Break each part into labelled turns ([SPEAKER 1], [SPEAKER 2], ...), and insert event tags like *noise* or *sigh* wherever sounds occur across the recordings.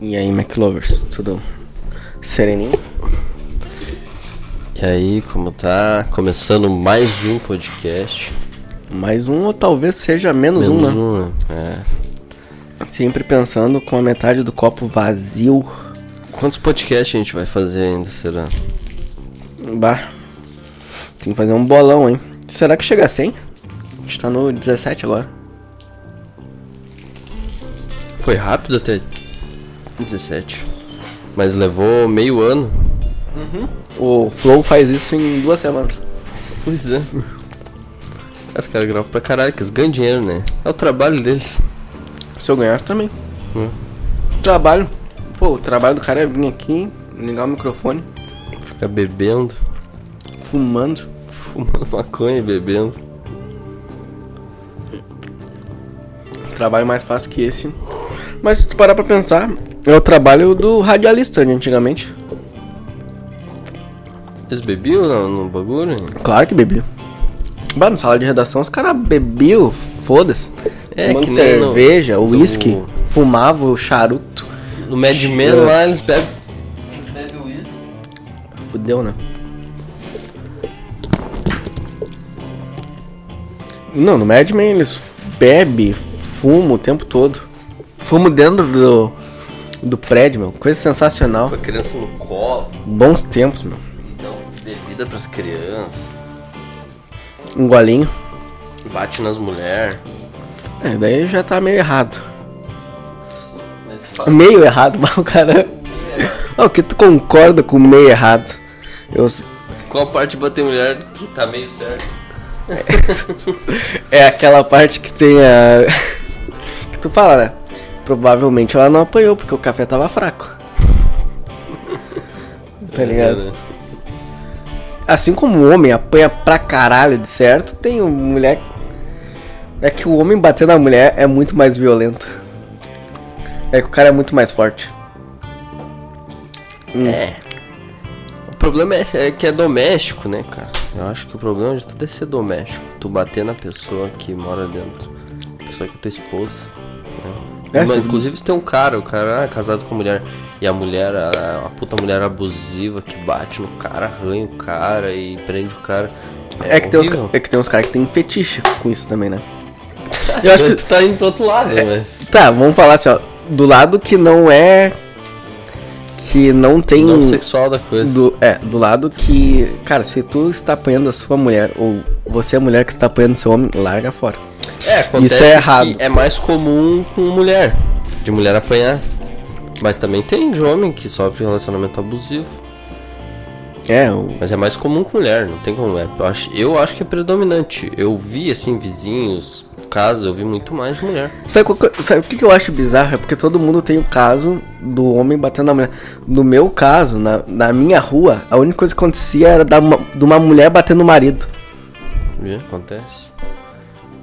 [SPEAKER 1] E aí, McLovers, tudo sereninho?
[SPEAKER 2] E aí, como tá? Começando mais um podcast.
[SPEAKER 1] Mais um ou talvez seja menos, um, né?
[SPEAKER 2] um, né?
[SPEAKER 1] Sempre pensando com a metade do copo vazio.
[SPEAKER 2] É. Quantos podcasts a gente vai fazer ainda, será?
[SPEAKER 1] Bah, tem que fazer um bolão, hein? Será que chega a 100? A gente tá no 17 agora.
[SPEAKER 2] Foi rápido até 17. Mas levou meio ano.
[SPEAKER 1] O Flow faz isso em duas semanas.
[SPEAKER 2] Pois é. Os caras gravam pra caralho, que eles ganham dinheiro, né? É o trabalho deles.
[SPEAKER 1] Se eu ganhasse também. Trabalho. Pô, o trabalho do cara é vir aqui, ligar o microfone,
[SPEAKER 2] Ficar bebendo,
[SPEAKER 1] fumando.
[SPEAKER 2] fumando *laughs* maconha e bebendo.
[SPEAKER 1] Trabalho mais fácil que esse. Mas se tu parar pra pensar, é o trabalho do radialista de antigamente.
[SPEAKER 2] Eles bebiam no, no bagulho?
[SPEAKER 1] Claro que bebia. Bah, no sala de redação os caras bebiam, foda-se.
[SPEAKER 2] É,
[SPEAKER 1] Tomando
[SPEAKER 2] que nem
[SPEAKER 1] cerveja,
[SPEAKER 2] no-
[SPEAKER 1] uísque,
[SPEAKER 2] no-
[SPEAKER 1] fumava o charuto.
[SPEAKER 2] No Mad Men
[SPEAKER 1] Cheira.
[SPEAKER 2] lá eles bebem.
[SPEAKER 1] Fudeu, né? Não, no Mad Men eles bebem, fumo o tempo todo. Fumo dentro do, do prédio, meu. Coisa sensacional.
[SPEAKER 2] Com a criança no colo,
[SPEAKER 1] Bons tempos, meu.
[SPEAKER 2] dão bebida pras crianças,
[SPEAKER 1] Um golinho.
[SPEAKER 2] bate nas mulheres.
[SPEAKER 1] É, daí já tá meio errado.
[SPEAKER 2] Eles falam.
[SPEAKER 1] Meio errado, *laughs* mas o cara. Ah, o que tu concorda com meio errado? Eu...
[SPEAKER 2] Qual parte de bater mulher que tá meio certo?
[SPEAKER 1] É aquela parte que tem a. *laughs* que tu fala, né? Provavelmente ela não apanhou porque o café tava
[SPEAKER 2] *laughs*
[SPEAKER 1] fraco. tá ligado?
[SPEAKER 2] É, né?
[SPEAKER 1] Assim como o homem apanha pra caralho de certo, tem o mulher. É que o homem bater na mulher é muito mais violento. É que o cara é muito mais forte. É.
[SPEAKER 2] O problema é, é que é doméstico, né, cara? Eu acho que o problema de tudo é ser doméstico. Tu bater na pessoa que mora dentro. Pessoa que é tua esposa. né?
[SPEAKER 1] É,
[SPEAKER 2] Mas,
[SPEAKER 1] sim.
[SPEAKER 2] inclusive se tem um cara, o cara é casado com a mulher. E a mulher, a, a puta mulher abusiva que bate no cara, arranha o cara e prende o cara.
[SPEAKER 1] É, que tem uns,
[SPEAKER 2] horrível.
[SPEAKER 1] ca- é que tem uns caras que tem fetiche com isso também, né? Eu acho que
[SPEAKER 2] tu tá indo pro outro lado, mas.
[SPEAKER 1] *laughs* Tá, vamos falar assim, ó. Do lado que não é. Que não tem. um
[SPEAKER 2] Não sexual da coisa.
[SPEAKER 1] do, é, do lado que. Cara, se tu está apanhando a sua mulher, ou você é a mulher que está apanhando seu homem, larga fora.
[SPEAKER 2] É, acontece
[SPEAKER 1] Isso é errado.
[SPEAKER 2] que é mais comum com mulher, de mulher apanhar. Mas também tem de homem que sofre relacionamento abusivo.
[SPEAKER 1] É, o.
[SPEAKER 2] Mas é mais comum com mulher, não tem como. É, eu, acho, eu acho que é predominante. Eu vi, assim, vizinhos, casos, eu vi muito mais de mulher.
[SPEAKER 1] Sabe, qual que- sabe o que que eu acho bizarro? É porque todo mundo tem o caso do homem batendo na mulher. No meu caso, na, na minha rua, a única coisa que acontecia era da, ma- de uma mulher batendo o marido.
[SPEAKER 2] Vê? Acontece.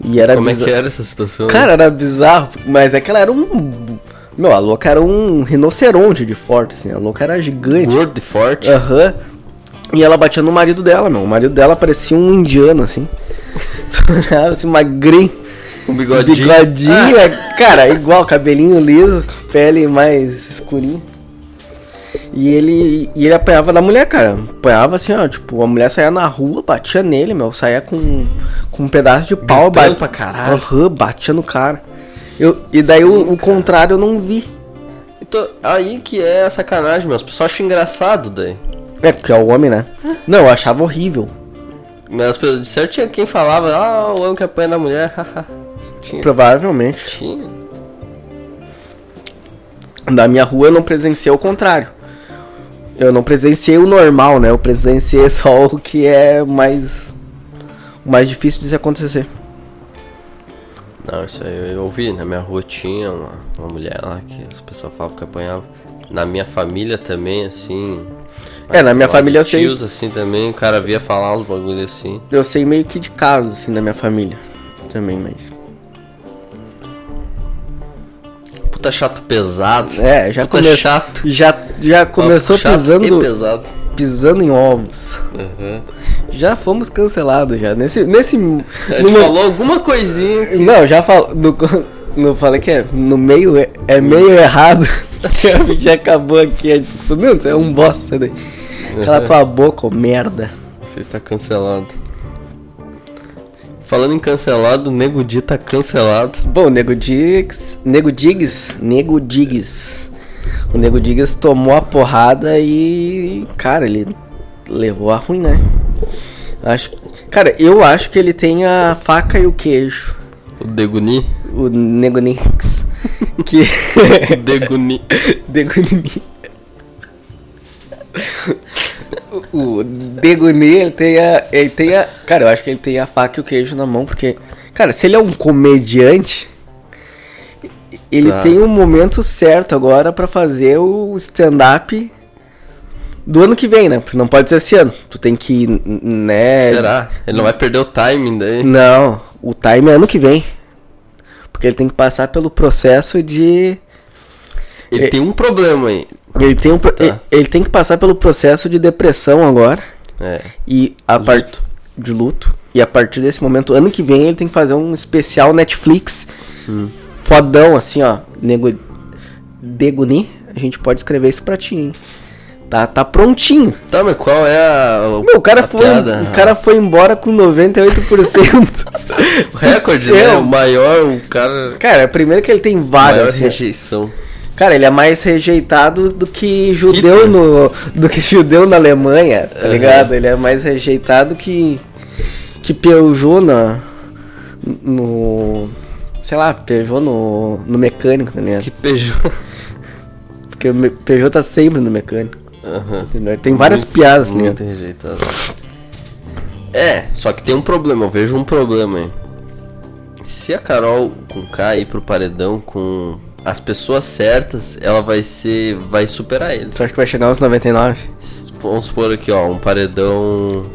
[SPEAKER 1] E era
[SPEAKER 2] como
[SPEAKER 1] bizarro.
[SPEAKER 2] é que era essa situação? né?
[SPEAKER 1] Cara, era bizarro, mas é que ela era um. Meu, a louca era um rinoceronte de forte, assim. A louca era gigante.
[SPEAKER 2] gordo e forte.
[SPEAKER 1] Aham. E ela batia no marido dela, meu. O marido dela parecia um indiano, assim. *laughs* Era, assim, magrinho.
[SPEAKER 2] Com bigodinho. Ah,
[SPEAKER 1] Bigodinho, é, cara, igual, cabelinho liso, pele mais escurinha. E ele, e ele apanhava da mulher, cara. Apanhava assim, ó. Tipo, a mulher saía na rua, batia nele, meu. Saía com, com um pedaço de pau.
[SPEAKER 2] Gritando pra caralho.
[SPEAKER 1] Aham, batia no cara. Eu, e daí o, o contrário eu não vi.
[SPEAKER 2] Então, aí que é a sacanagem, meu. As pessoas acham engraçado daí.
[SPEAKER 1] É, porque é o homem, né? Não, eu achava horrível.
[SPEAKER 2] Mas as pessoas, de certo tinha quem falava, ah, o homem que apanha da mulher, *laughs* haha. tinha,
[SPEAKER 1] Provavelmente.
[SPEAKER 2] tinha.
[SPEAKER 1] Da minha rua eu não presenciei o contrário. Eu não presenciei o normal, né? Eu presenciei *laughs* só o que é mais. o mais difícil de se acontecer.
[SPEAKER 2] Não, isso aí eu, eu ouvi. Na minha rua tinha uma, uma mulher lá que as pessoas falavam que apanhava. Na minha família também, assim.
[SPEAKER 1] É, na minha
[SPEAKER 2] lá
[SPEAKER 1] família eu
[SPEAKER 2] dos
[SPEAKER 1] sei.
[SPEAKER 2] tios, assim também, o cara via falar uns bagulho assim.
[SPEAKER 1] Eu sei meio que de casos, assim, da minha família. Também, mas.
[SPEAKER 2] Puta chato pesado.
[SPEAKER 1] É, já
[SPEAKER 2] Puta
[SPEAKER 1] começou.
[SPEAKER 2] chato.
[SPEAKER 1] Já, já começou
[SPEAKER 2] Chato E
[SPEAKER 1] pisando,
[SPEAKER 2] pesado.
[SPEAKER 1] pisando em ovos.
[SPEAKER 2] Uhum.
[SPEAKER 1] Já fomos cancelados, já. Nesse. nesse no,
[SPEAKER 2] A gente falou alguma coisinha.
[SPEAKER 1] *laughs* Não, já falo. No, no, falei que é. No meio. É, é meio errado. *laughs* Já acabou aqui a discussão. Não, você é um bosta sai daí. Cala tua boca, ô merda.
[SPEAKER 2] Você está cancelado. Falando em cancelado, o Nego Di tá cancelado.
[SPEAKER 1] Bom, o Nego Diggs. Nego Diggs? Nego Diggs. O Nego Diggs tomou a porrada e. Cara, ele levou a ruim, né? Acho. Cara, eu acho que ele tem a faca e o queijo.
[SPEAKER 2] O Deguni.
[SPEAKER 1] O Nego Nix. Que. *laughs*
[SPEAKER 2] O Deguni.
[SPEAKER 1] Degoni. O o Degoni, ele tem a. Ele tem a. Cara, eu acho que ele tem a faca e o queijo na mão, porque. Cara, se ele é um comediante, ele
[SPEAKER 2] Tá.
[SPEAKER 1] tem o momento certo agora pra fazer o stand-up do ano que vem, né? Porque não pode ser esse ano. Tu tem que. n- n- né?
[SPEAKER 2] Será? Ele não vai perder o timing daí?
[SPEAKER 1] Hum, Não, o time é ano que vem. Porque ele tem que passar pelo processo de. é.
[SPEAKER 2] Ele tem um problema aí.
[SPEAKER 1] Ele tem, um, pro-
[SPEAKER 2] Tá.
[SPEAKER 1] ele, ele tem que passar pelo processo de depressão agora.
[SPEAKER 2] É.
[SPEAKER 1] E a partir de luto. E a partir desse momento, ano que vem, ele tem que fazer um especial Netflix fodão, assim, ó. Nego... Deguni. A gente pode escrever isso pra ti, hein? Tá, tá prontinho.
[SPEAKER 2] Tá, mas qual é a. o-
[SPEAKER 1] Meu, o cara,
[SPEAKER 2] a
[SPEAKER 1] foi, um
[SPEAKER 2] piada?
[SPEAKER 1] o cara foi embora com 98%.
[SPEAKER 2] O recorde,
[SPEAKER 1] Eu-
[SPEAKER 2] né? O maior, o cara.
[SPEAKER 1] cara, primeiro que ele tem
[SPEAKER 2] maior
[SPEAKER 1] várias. assim,
[SPEAKER 2] rejeição.
[SPEAKER 1] Cara, ele é mais rejeitado do que judeu no do que judeu na Alemanha, tá
[SPEAKER 2] Aham.
[SPEAKER 1] ligado? Ele é mais rejeitado que que Peugeot na no sei lá, Peugeot no no mecânico, tá ligado?
[SPEAKER 2] Que Peugeot.
[SPEAKER 1] Porque o me- Peugeot tá sempre no mecânico.
[SPEAKER 2] Aham.
[SPEAKER 1] entendeu? Tem várias
[SPEAKER 2] Uhum. Muito-
[SPEAKER 1] piadas, tá
[SPEAKER 2] Muito
[SPEAKER 1] ligado?
[SPEAKER 2] rejeitado. É, só que tem um problema, eu vejo um problema aí. Se a Carol com K ir pro paredão com as pessoas certas, ela vai ser. vai superar ele.
[SPEAKER 1] Tu acha que vai chegar aos 99?
[SPEAKER 2] S- Vamos supor aqui, ó, um paredão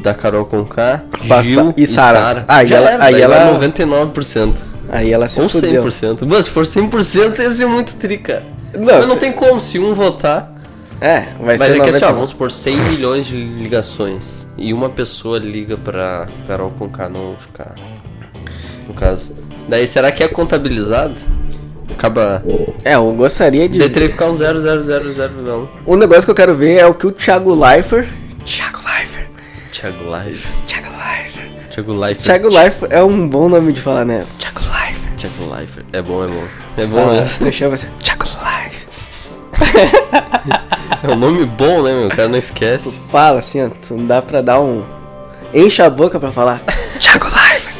[SPEAKER 2] da Carol com K,
[SPEAKER 1] Passa-
[SPEAKER 2] Gil
[SPEAKER 1] e
[SPEAKER 2] e
[SPEAKER 1] Sara.
[SPEAKER 2] Sara.
[SPEAKER 1] Aí
[SPEAKER 2] Já
[SPEAKER 1] ela-
[SPEAKER 2] era,
[SPEAKER 1] aí
[SPEAKER 2] daí
[SPEAKER 1] ela-
[SPEAKER 2] dá 99%.
[SPEAKER 1] Aí ela se
[SPEAKER 2] Ou
[SPEAKER 1] fudeu.
[SPEAKER 2] 100%. Mas se for 100% ia ser muito trica.
[SPEAKER 1] Não,
[SPEAKER 2] Mas não
[SPEAKER 1] se-
[SPEAKER 2] tem como, se um votar.
[SPEAKER 1] É, vai
[SPEAKER 2] Mas
[SPEAKER 1] ser
[SPEAKER 2] é que assim, ó,
[SPEAKER 1] 99.
[SPEAKER 2] vamos supor 100 milhões de ligações. E uma pessoa liga pra Carol com K não ficar. No caso. Daí será que é contabilizado? Acaba.
[SPEAKER 1] É, eu gostaria de
[SPEAKER 2] Daí teria que ficar um 0,000,1.
[SPEAKER 1] Um negócio que eu quero ver é o que o Thiago Leifert, Thiago Leifert,
[SPEAKER 2] Thiago Live.
[SPEAKER 1] Thiago Leifert
[SPEAKER 2] Thiago Live.
[SPEAKER 1] Thiago Life é um bom nome de falar, né? Thiago Life.
[SPEAKER 2] Thiago Live. É bom, é bom. É bom
[SPEAKER 1] Fala,
[SPEAKER 2] mesmo.
[SPEAKER 1] tu chama assim, Thiago Life.
[SPEAKER 2] *laughs* É um nome bom, né, meu? O cara não esquece.
[SPEAKER 1] Fala assim, ó, tu dá pra dar um... Enche a boca pra falar, Thiago Life.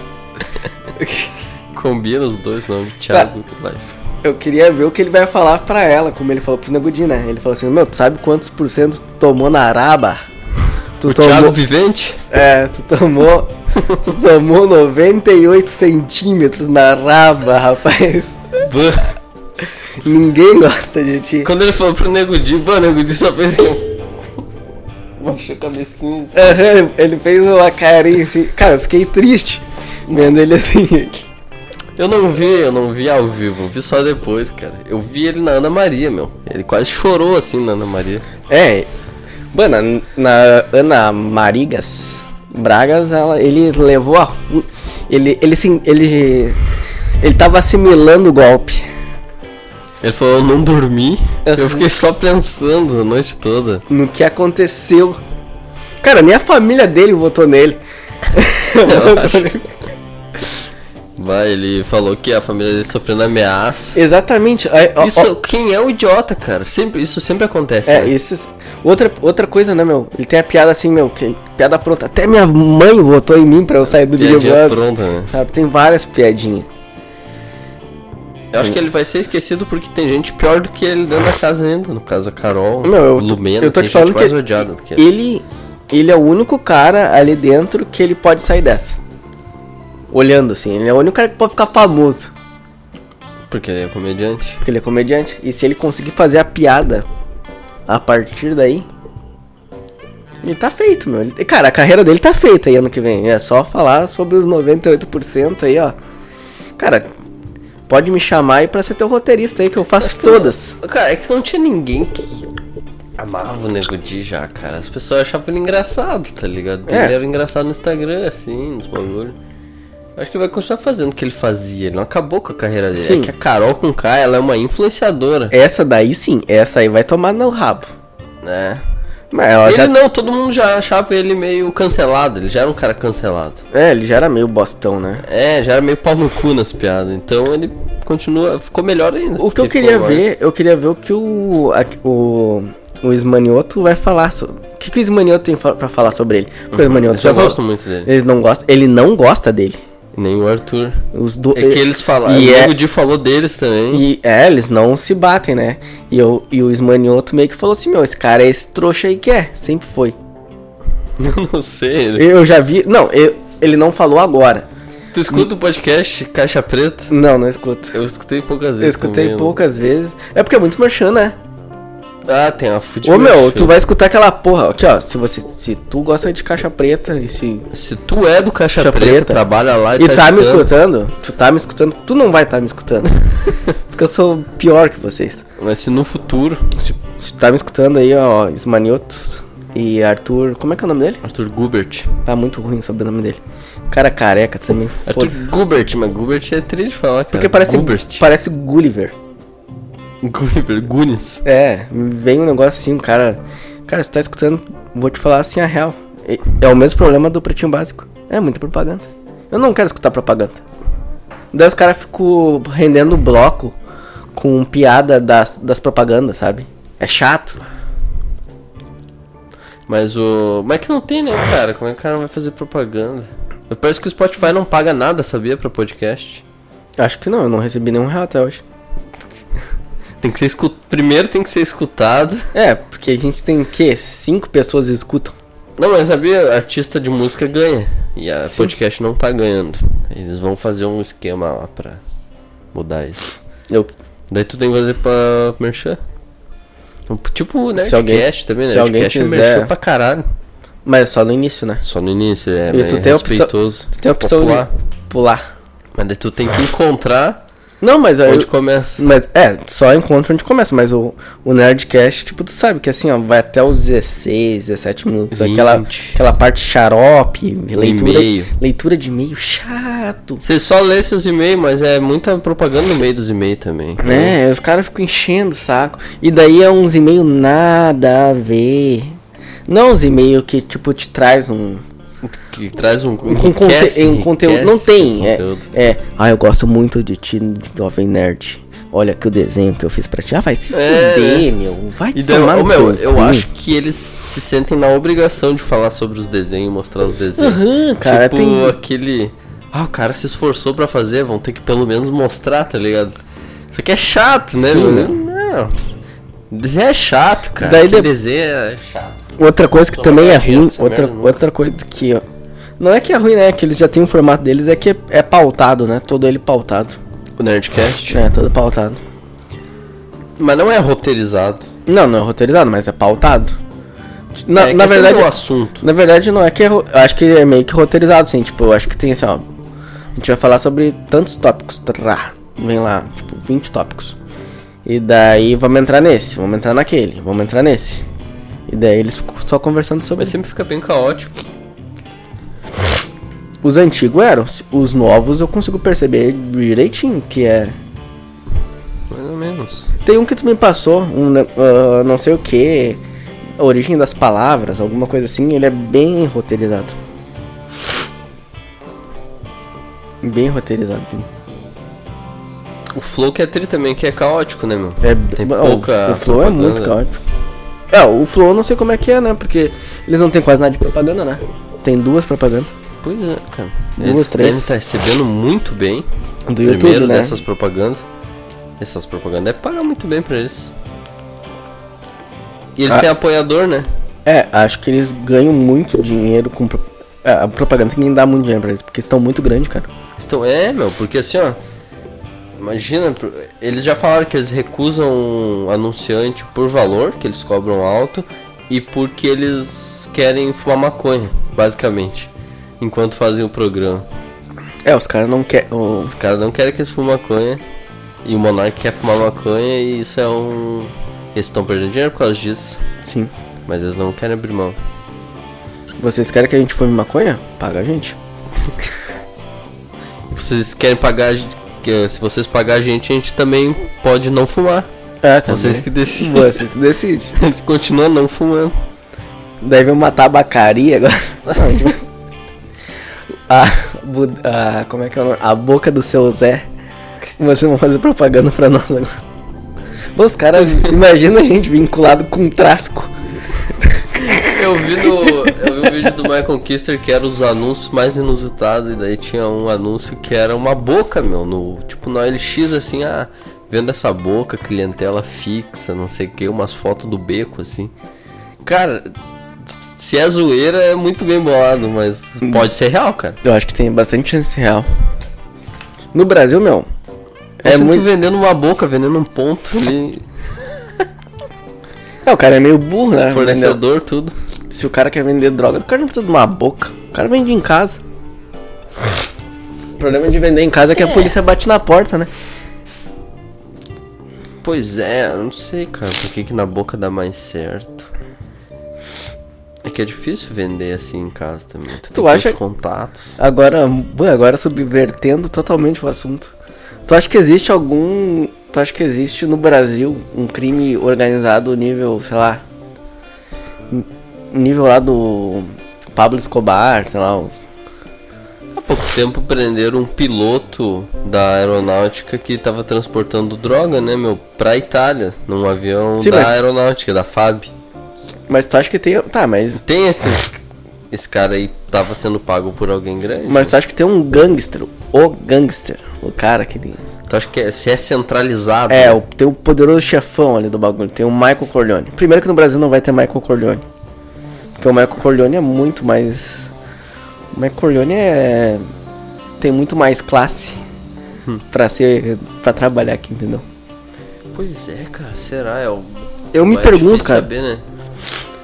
[SPEAKER 2] *laughs* Combina os dois nomes. Thiago Live.
[SPEAKER 1] Eu queria ver o que ele vai falar pra ela, como ele falou pro Negudinho, né? Ele falou assim, meu, tu sabe quantos por cento tu tomou na araba? Tu tomou...
[SPEAKER 2] Thiago Vivente?
[SPEAKER 1] É, tu tomou... tu tomou 98 centímetros na raba, rapaz.
[SPEAKER 2] Bah.
[SPEAKER 1] Ninguém gosta de ti.
[SPEAKER 2] Quando ele falou pro Nego Di, mano, o Nego Di só fez assim. *laughs* Baixou a cabecinha.
[SPEAKER 1] Aham, ele fez uma carinha assim. Cara, eu fiquei triste vendo ele assim.
[SPEAKER 2] Eu não vi, eu não vi ao vivo, vi só depois, cara. Eu vi ele na Ana Maria, meu. Ele quase chorou assim na Ana Maria.
[SPEAKER 1] É, mano, na Ana Marigas Bragas, ela, ele levou a. ru- Ele, ele, sim, ele, ele tava assimilando o golpe.
[SPEAKER 2] Ele falou, eu não dormi.
[SPEAKER 1] Aham.
[SPEAKER 2] Eu fiquei só pensando a noite toda.
[SPEAKER 1] No que aconteceu. Cara, nem a família dele votou nele.
[SPEAKER 2] *laughs* Eu acho. Vai, ele falou que a família dele sofrendo ameaça.
[SPEAKER 1] Exatamente. aí, ó, ó,
[SPEAKER 2] Isso, quem é o idiota, cara? Sempre, isso sempre acontece.
[SPEAKER 1] É,
[SPEAKER 2] né?
[SPEAKER 1] isso. Outra, outra coisa, né, meu? Ele tem a piada assim, meu, que, piada pronta. Até minha mãe votou em mim pra eu sair do Big
[SPEAKER 2] Piadinha
[SPEAKER 1] Brother.
[SPEAKER 2] pronta, né?
[SPEAKER 1] Sabe, tem várias piadinhas.
[SPEAKER 2] Eu acho que ele vai ser esquecido porque tem gente pior do que ele dentro da casa ainda. No caso, a Carol,
[SPEAKER 1] Meu, eu,
[SPEAKER 2] Lumena,
[SPEAKER 1] eu tô
[SPEAKER 2] tem
[SPEAKER 1] te falando
[SPEAKER 2] gente
[SPEAKER 1] que,
[SPEAKER 2] mais odiada do que ele.
[SPEAKER 1] ele ele é o único cara ali dentro que ele pode sair dessa. Olhando assim, ele é o único cara que pode ficar famoso,
[SPEAKER 2] Porque ele é comediante.
[SPEAKER 1] porque ele é comediante. E se ele conseguir fazer a piada a partir daí, ele tá feito, meu. Ele- cara, a carreira dele tá feita aí ano que vem. É só falar sobre os 98% aí, ó. Cara, pode me chamar aí pra ser teu roteirista aí que eu
[SPEAKER 2] *laughs*
[SPEAKER 1] faço todas.
[SPEAKER 2] Cara, é que não tinha ninguém que amava o Nego Di já, cara. As pessoas achavam ele engraçado, tá ligado?
[SPEAKER 1] É.
[SPEAKER 2] Ele era engraçado no Instagram, assim, nos bagulhos. Acho que vai continuar fazendo o que ele fazia. Ele não acabou com a carreira dele.
[SPEAKER 1] Sim.
[SPEAKER 2] É que a Carol com K, ela é uma influenciadora.
[SPEAKER 1] Essa daí sim, essa aí vai tomar no rabo.
[SPEAKER 2] né?
[SPEAKER 1] Mas ela
[SPEAKER 2] Ele
[SPEAKER 1] já.
[SPEAKER 2] não, todo mundo já achava ele meio cancelado. Ele já era um cara cancelado.
[SPEAKER 1] É, ele já era meio bostão, né?
[SPEAKER 2] É, já era meio pau no cu nas piadas. Então ele continua, ficou melhor ainda.
[SPEAKER 1] O que eu
[SPEAKER 2] Ele
[SPEAKER 1] queria
[SPEAKER 2] ficou
[SPEAKER 1] ver,
[SPEAKER 2] mais-
[SPEAKER 1] eu queria ver o que o a- o, o Ismanioto vai falar sobre. O que, que o Ismanioto tem fa- pra falar sobre ele? Porque o Ismanioto
[SPEAKER 2] Esse eu
[SPEAKER 1] já falou-
[SPEAKER 2] gosto muito dele.
[SPEAKER 1] Eles não gostam, ele não gosta dele.
[SPEAKER 2] Nem o Arthur.
[SPEAKER 1] Os do,
[SPEAKER 2] É que eles falaram.
[SPEAKER 1] E
[SPEAKER 2] o
[SPEAKER 1] é,
[SPEAKER 2] Nego Di falou deles também.
[SPEAKER 1] e é, eles não se batem, né? E, eu, e o Ismanioto meio que falou assim: meu, esse cara é esse trouxa aí que é, sempre foi.
[SPEAKER 2] *laughs* Eu não sei. ele-
[SPEAKER 1] Eu já vi. Não, eu- ele não falou agora.
[SPEAKER 2] Tu escuta o podcast Caixa Preta?
[SPEAKER 1] Não, não escuto.
[SPEAKER 2] Eu escutei poucas
[SPEAKER 1] Eu
[SPEAKER 2] vezes.
[SPEAKER 1] escutei
[SPEAKER 2] também, né?
[SPEAKER 1] poucas vezes. É porque é muito merchan, né?
[SPEAKER 2] eu não- Ah, tem uma fudida.
[SPEAKER 1] Ô meu, tu vai escutar aquela porra. Aqui, ó, se você. Se tu gosta de caixa preta e se.
[SPEAKER 2] Se tu é do Caixa
[SPEAKER 1] Caixa
[SPEAKER 2] Preta,
[SPEAKER 1] Preta,
[SPEAKER 2] trabalha lá e,
[SPEAKER 1] E tá me
[SPEAKER 2] É, escutando,
[SPEAKER 1] escutando, tu tá me escutando, tu não vai tá me
[SPEAKER 2] *laughs*
[SPEAKER 1] escutando. porque eu sou pior que vocês.
[SPEAKER 2] Mas se no futuro,
[SPEAKER 1] Se, se tu tá me escutando aí, ó, Ismaniotos e Arthur. Como é que é o nome dele?
[SPEAKER 2] Arthur Gubert.
[SPEAKER 1] Tá muito ruim o sobrenome dele. Cara careca também,
[SPEAKER 2] Arthur
[SPEAKER 1] foda.
[SPEAKER 2] Gubert, mas Gubert é triste de falar, cara.
[SPEAKER 1] Porque parece,
[SPEAKER 2] Gubert.
[SPEAKER 1] parece Gulliver.
[SPEAKER 2] *laughs* Gulliver, Gunis.
[SPEAKER 1] É, vem um negócio assim, o cara. Cara, se tu tá escutando, vou te falar assim a real. E- É o mesmo problema do pretinho básico. É muita propaganda. Eu não quero escutar propaganda. Daí os caras ficam rendendo bloco com piada das, das propagandas, sabe? É chato.
[SPEAKER 2] Mas o. Mas é que não tem, né, cara? Como é que o cara vai fazer propaganda? Parece que o Spotify não paga nada, sabia? Pra podcast.
[SPEAKER 1] Acho que não, eu não recebi nenhum real até hoje.
[SPEAKER 2] Tem que ser escu... Primeiro tem que ser escutado.
[SPEAKER 1] É, porque a gente tem o quê? Cinco pessoas escutam.
[SPEAKER 2] Não, mas sabia? Artista de música ganha. E a podcast não tá ganhando. Eles vão fazer um esquema lá pra mudar isso.
[SPEAKER 1] Eu,
[SPEAKER 2] Daí tu tem que fazer pra merchan. Tipo o Nerdcast
[SPEAKER 1] Se alguém-
[SPEAKER 2] também, né?
[SPEAKER 1] se alguém
[SPEAKER 2] Nerdcast é
[SPEAKER 1] quiser-
[SPEAKER 2] merchan pra caralho.
[SPEAKER 1] mas é só no início, né?
[SPEAKER 2] Só no início, é,
[SPEAKER 1] E
[SPEAKER 2] mas
[SPEAKER 1] tu
[SPEAKER 2] é
[SPEAKER 1] tem a opção-
[SPEAKER 2] respeitoso.
[SPEAKER 1] Tem a opção
[SPEAKER 2] popular.
[SPEAKER 1] de pular.
[SPEAKER 2] Mas daí tu tem que encontrar
[SPEAKER 1] Não, mas eu,
[SPEAKER 2] onde começa.
[SPEAKER 1] Mas é, só encontra onde começa, mas o, o Nerdcast, tipo, tu sabe que assim, ó, vai até os 16, 17 minutos. Aquela,
[SPEAKER 2] 20.
[SPEAKER 1] aquela parte xarope, leitura,
[SPEAKER 2] E-mail.
[SPEAKER 1] leitura de e-mail, chato.
[SPEAKER 2] Você só lê seus e-mails, mas é muita propaganda no meio dos e-mails também.
[SPEAKER 1] Né? Os caras ficam enchendo o saco. E daí é uns e-mail nada a ver. Não uns e-mail que, tipo, te traz um.
[SPEAKER 2] Que traz um, um,
[SPEAKER 1] Um, conte- um conteúdo. Não tem. É,
[SPEAKER 2] Conteúdo.
[SPEAKER 1] é. Ah, eu gosto muito de ti, jovem nerd. Olha aqui o desenho que eu fiz pra ti. Ah, vai se
[SPEAKER 2] É,
[SPEAKER 1] fuder,
[SPEAKER 2] é.
[SPEAKER 1] meu. Vai
[SPEAKER 2] E daí,
[SPEAKER 1] tomar
[SPEAKER 2] ô,
[SPEAKER 1] no
[SPEAKER 2] meu,
[SPEAKER 1] teu
[SPEAKER 2] eu
[SPEAKER 1] cu.
[SPEAKER 2] acho que eles se sentem na obrigação de falar sobre os desenhos, mostrar os desenhos.
[SPEAKER 1] Aham, cara,
[SPEAKER 2] tipo
[SPEAKER 1] tem-
[SPEAKER 2] aquele. Ah, o cara se esforçou pra fazer, vão ter que pelo menos mostrar, tá ligado? Isso aqui é chato, né?
[SPEAKER 1] Sim, né?
[SPEAKER 2] meu? Não. Desenho é chato, cara.
[SPEAKER 1] Daí
[SPEAKER 2] Aquele
[SPEAKER 1] de-
[SPEAKER 2] desenho é chato.
[SPEAKER 1] Outra coisa que
[SPEAKER 2] Só
[SPEAKER 1] também é
[SPEAKER 2] vai adiando
[SPEAKER 1] ruim,
[SPEAKER 2] essa
[SPEAKER 1] outra,
[SPEAKER 2] merda, né?
[SPEAKER 1] outra coisa que. ó, Não é que é ruim, né? Que eles já têm o formato deles, é que é, é pautado, né? Todo ele pautado.
[SPEAKER 2] O Nerdcast.
[SPEAKER 1] É, todo pautado.
[SPEAKER 2] Mas não é roteirizado.
[SPEAKER 1] Não, não é roteirizado, mas é pautado. Na,
[SPEAKER 2] é,
[SPEAKER 1] na
[SPEAKER 2] que é sempre
[SPEAKER 1] verdade,
[SPEAKER 2] o assunto.
[SPEAKER 1] na verdade, não é que é. ro- Eu acho que é meio que roteirizado, assim. Tipo, eu acho que tem assim, ó. A gente vai falar sobre tantos tópicos. Trá, vem lá, tipo, 20 tópicos. E daí vamos entrar nesse, vamos entrar naquele, vamos entrar nesse. E daí eles ficam só conversando sobre
[SPEAKER 2] Mas sempre fica bem caótico.
[SPEAKER 1] Os antigos eram, os novos eu consigo perceber direitinho que é.
[SPEAKER 2] Mais ou menos.
[SPEAKER 1] Tem um que tu me passou, um ne- ah, não sei o que, a origem das palavras, alguma coisa assim, ele é bem roteirizado. Bem roteirizado.
[SPEAKER 2] O Flow que é tri também, que é caótico, né, meu?
[SPEAKER 1] É,
[SPEAKER 2] Tem
[SPEAKER 1] bom,
[SPEAKER 2] pouca
[SPEAKER 1] o Flow é
[SPEAKER 2] propaganda.
[SPEAKER 1] muito caótico. É, o Flow eu não sei como é que é, né? Porque eles não tem quase nada de propaganda, né? Tem duas propagandas.
[SPEAKER 2] Pois é, cara.
[SPEAKER 1] Duas,
[SPEAKER 2] Eles
[SPEAKER 1] três.
[SPEAKER 2] devem estar recebendo muito bem.
[SPEAKER 1] Do
[SPEAKER 2] primeiro
[SPEAKER 1] YouTube, né?
[SPEAKER 2] dessas propagandas. Essas propagandas devem pagar muito bem pra eles. E eles
[SPEAKER 1] Ah.
[SPEAKER 2] têm apoiador, né?
[SPEAKER 1] É, acho que eles ganham muito dinheiro com. pro- é, a propaganda tem que dar muito dinheiro pra eles, porque eles estão muito grandes, cara.
[SPEAKER 2] Então, é, meu, porque assim, ó. Imagina, pro- eles já falaram que eles recusam um anunciante por valor, que eles cobram alto, e porque eles querem fumar maconha, basicamente, enquanto fazem o programa.
[SPEAKER 1] É, os caras não querem. o-
[SPEAKER 2] Os caras não querem que eles fumem maconha, e o Monark quer fumar maconha, e isso é um. Eles estão perdendo dinheiro por causa disso,
[SPEAKER 1] Sim.
[SPEAKER 2] mas eles não querem abrir mão.
[SPEAKER 1] Vocês querem que a gente fume maconha? Paga a gente.
[SPEAKER 2] Vocês querem pagar. a gente- que- Se vocês pagar a gente, a gente também pode não fumar.
[SPEAKER 1] É,
[SPEAKER 2] *laughs*
[SPEAKER 1] também.
[SPEAKER 2] Vocês que decidem.
[SPEAKER 1] Você que decide.
[SPEAKER 2] A gente continua não fumando.
[SPEAKER 1] Deve uma tabacaria agora. *laughs* Não, a gente vai- a, bu- a- Como é que é o nome? A boca do seu Zé. Vocês vão fazer propaganda pra nós agora. Bom, os
[SPEAKER 2] *laughs*
[SPEAKER 1] caras. Imagina a gente vinculado com tráfico.
[SPEAKER 2] Eu vi, no, eu vi um vídeo do Michael Kister que era os anúncios mais inusitados, e daí tinha um anúncio que era uma boca, meu, no, tipo na LX assim, ah, vendo essa boca, clientela fixa, não sei o que, umas fotos do beco assim. Cara, se é zoeira é muito bem bolado, mas pode ser real, cara.
[SPEAKER 1] Eu acho que tem bastante chance real. No Brasil, meu. É
[SPEAKER 2] É muito
[SPEAKER 1] muito.
[SPEAKER 2] vendendo uma boca, vendendo um *laughs* ponto ali,
[SPEAKER 1] É, o cara é meio burro, né?
[SPEAKER 2] fornecedor, tudo.
[SPEAKER 1] Entendeu? Se o cara quer vender droga, o cara não precisa de uma boca. O cara vende em casa. O problema de vender em casa é que a polícia bate na porta, né?
[SPEAKER 2] Pois é, eu não sei, cara, por que, que na boca dá mais certo. É que é difícil vender assim em casa também. Tu, tem que ter
[SPEAKER 1] acha-
[SPEAKER 2] os contatos.
[SPEAKER 1] Agora, bom, agora subvertendo totalmente o assunto. Tu acha que existe algum. Tu acha que existe no Brasil um crime organizado nível, sei lá. n- Nível lá do Pablo Escobar, sei lá. os-
[SPEAKER 2] Há pouco tempo prenderam um piloto da aeronáutica que tava transportando droga, né, meu, pra Itália, num avião
[SPEAKER 1] Sim,
[SPEAKER 2] da
[SPEAKER 1] mas-
[SPEAKER 2] aeronáutica, da FAB.
[SPEAKER 1] Mas tu acha que tem. Tá, mas.
[SPEAKER 2] Tem esse. Esse cara aí tava sendo pago por alguém grande.
[SPEAKER 1] Mas tu acha que tem um gangster? O gangster. O cara que. ele-
[SPEAKER 2] Tu acha que é, se é centralizado?
[SPEAKER 1] É,
[SPEAKER 2] né?
[SPEAKER 1] o- tem o poderoso chefão ali do bagulho. Tem o Michael Corleone. Primeiro que no Brasil não vai ter Michael Corleone. Porque o Michael Corleone é muito mais. O Michael Corleone é. Tem muito mais classe
[SPEAKER 2] Hum.
[SPEAKER 1] pra ser. pra trabalhar aqui, entendeu?
[SPEAKER 2] Pois é, cara, será? É o...
[SPEAKER 1] Eu me
[SPEAKER 2] é
[SPEAKER 1] pergunto,
[SPEAKER 2] difícil
[SPEAKER 1] cara.
[SPEAKER 2] Saber, né?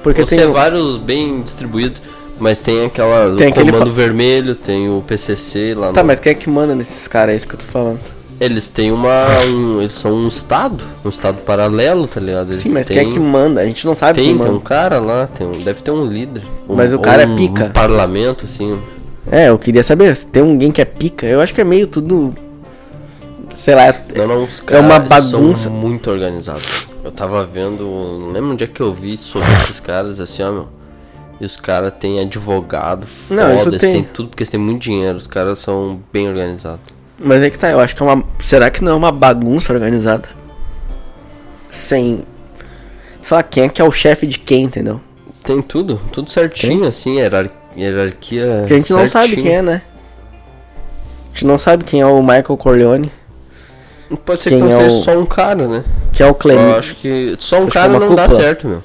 [SPEAKER 1] Porque
[SPEAKER 2] Porque
[SPEAKER 1] tem.
[SPEAKER 2] tem é vários bem distribuídos, mas tem aquela
[SPEAKER 1] Tem
[SPEAKER 2] o
[SPEAKER 1] aquele
[SPEAKER 2] comando
[SPEAKER 1] fa-
[SPEAKER 2] vermelho, tem o PCC lá.
[SPEAKER 1] Tá,
[SPEAKER 2] no-
[SPEAKER 1] mas quem é que manda nesses caras? É isso que eu tô falando.
[SPEAKER 2] Eles têm uma, um- eles são um estado, um estado paralelo, tá ligado? Eles
[SPEAKER 1] Sim, mas
[SPEAKER 2] têm,
[SPEAKER 1] quem é que manda? A gente não sabe quem
[SPEAKER 2] tem, tem um
[SPEAKER 1] manda.
[SPEAKER 2] cara lá, tem um, deve ter um líder. um-
[SPEAKER 1] Mas o
[SPEAKER 2] ou
[SPEAKER 1] cara é
[SPEAKER 2] um-
[SPEAKER 1] pica.
[SPEAKER 2] Um parlamento assim.
[SPEAKER 1] É, eu queria saber se tem alguém que é pica. Eu acho que é meio tudo. Sei lá. é-
[SPEAKER 2] Não, não, os
[SPEAKER 1] É uma
[SPEAKER 2] caras são
[SPEAKER 1] bagunça.
[SPEAKER 2] muito organizados. Eu tava vendo, não lembro onde é que eu vi sobre esses caras assim, ó, meu. E os caras têm advogado, foda,
[SPEAKER 1] Não, isso
[SPEAKER 2] eles
[SPEAKER 1] tem.
[SPEAKER 2] têm tudo porque eles têm muito dinheiro. Os caras são bem organizados.
[SPEAKER 1] Mas é que tá, eu acho que é uma. Será que não é uma bagunça organizada? Sem. Sei lá, quem é que é o chefe de quem, entendeu?
[SPEAKER 2] Tem tudo, tudo certinho, assim, hierar- hierarquia.
[SPEAKER 1] Porque a gente não sabe quem é, né? A gente não sabe quem é o Michael Corleone,
[SPEAKER 2] é. Pode ser
[SPEAKER 1] Quem
[SPEAKER 2] que não
[SPEAKER 1] é
[SPEAKER 2] seja
[SPEAKER 1] o-
[SPEAKER 2] só um cara, né?
[SPEAKER 1] que é o
[SPEAKER 2] Eu
[SPEAKER 1] Clemente.
[SPEAKER 2] acho que só um
[SPEAKER 1] Acho que é
[SPEAKER 2] cara
[SPEAKER 1] uma
[SPEAKER 2] não dá
[SPEAKER 1] cúpula.
[SPEAKER 2] certo, meu.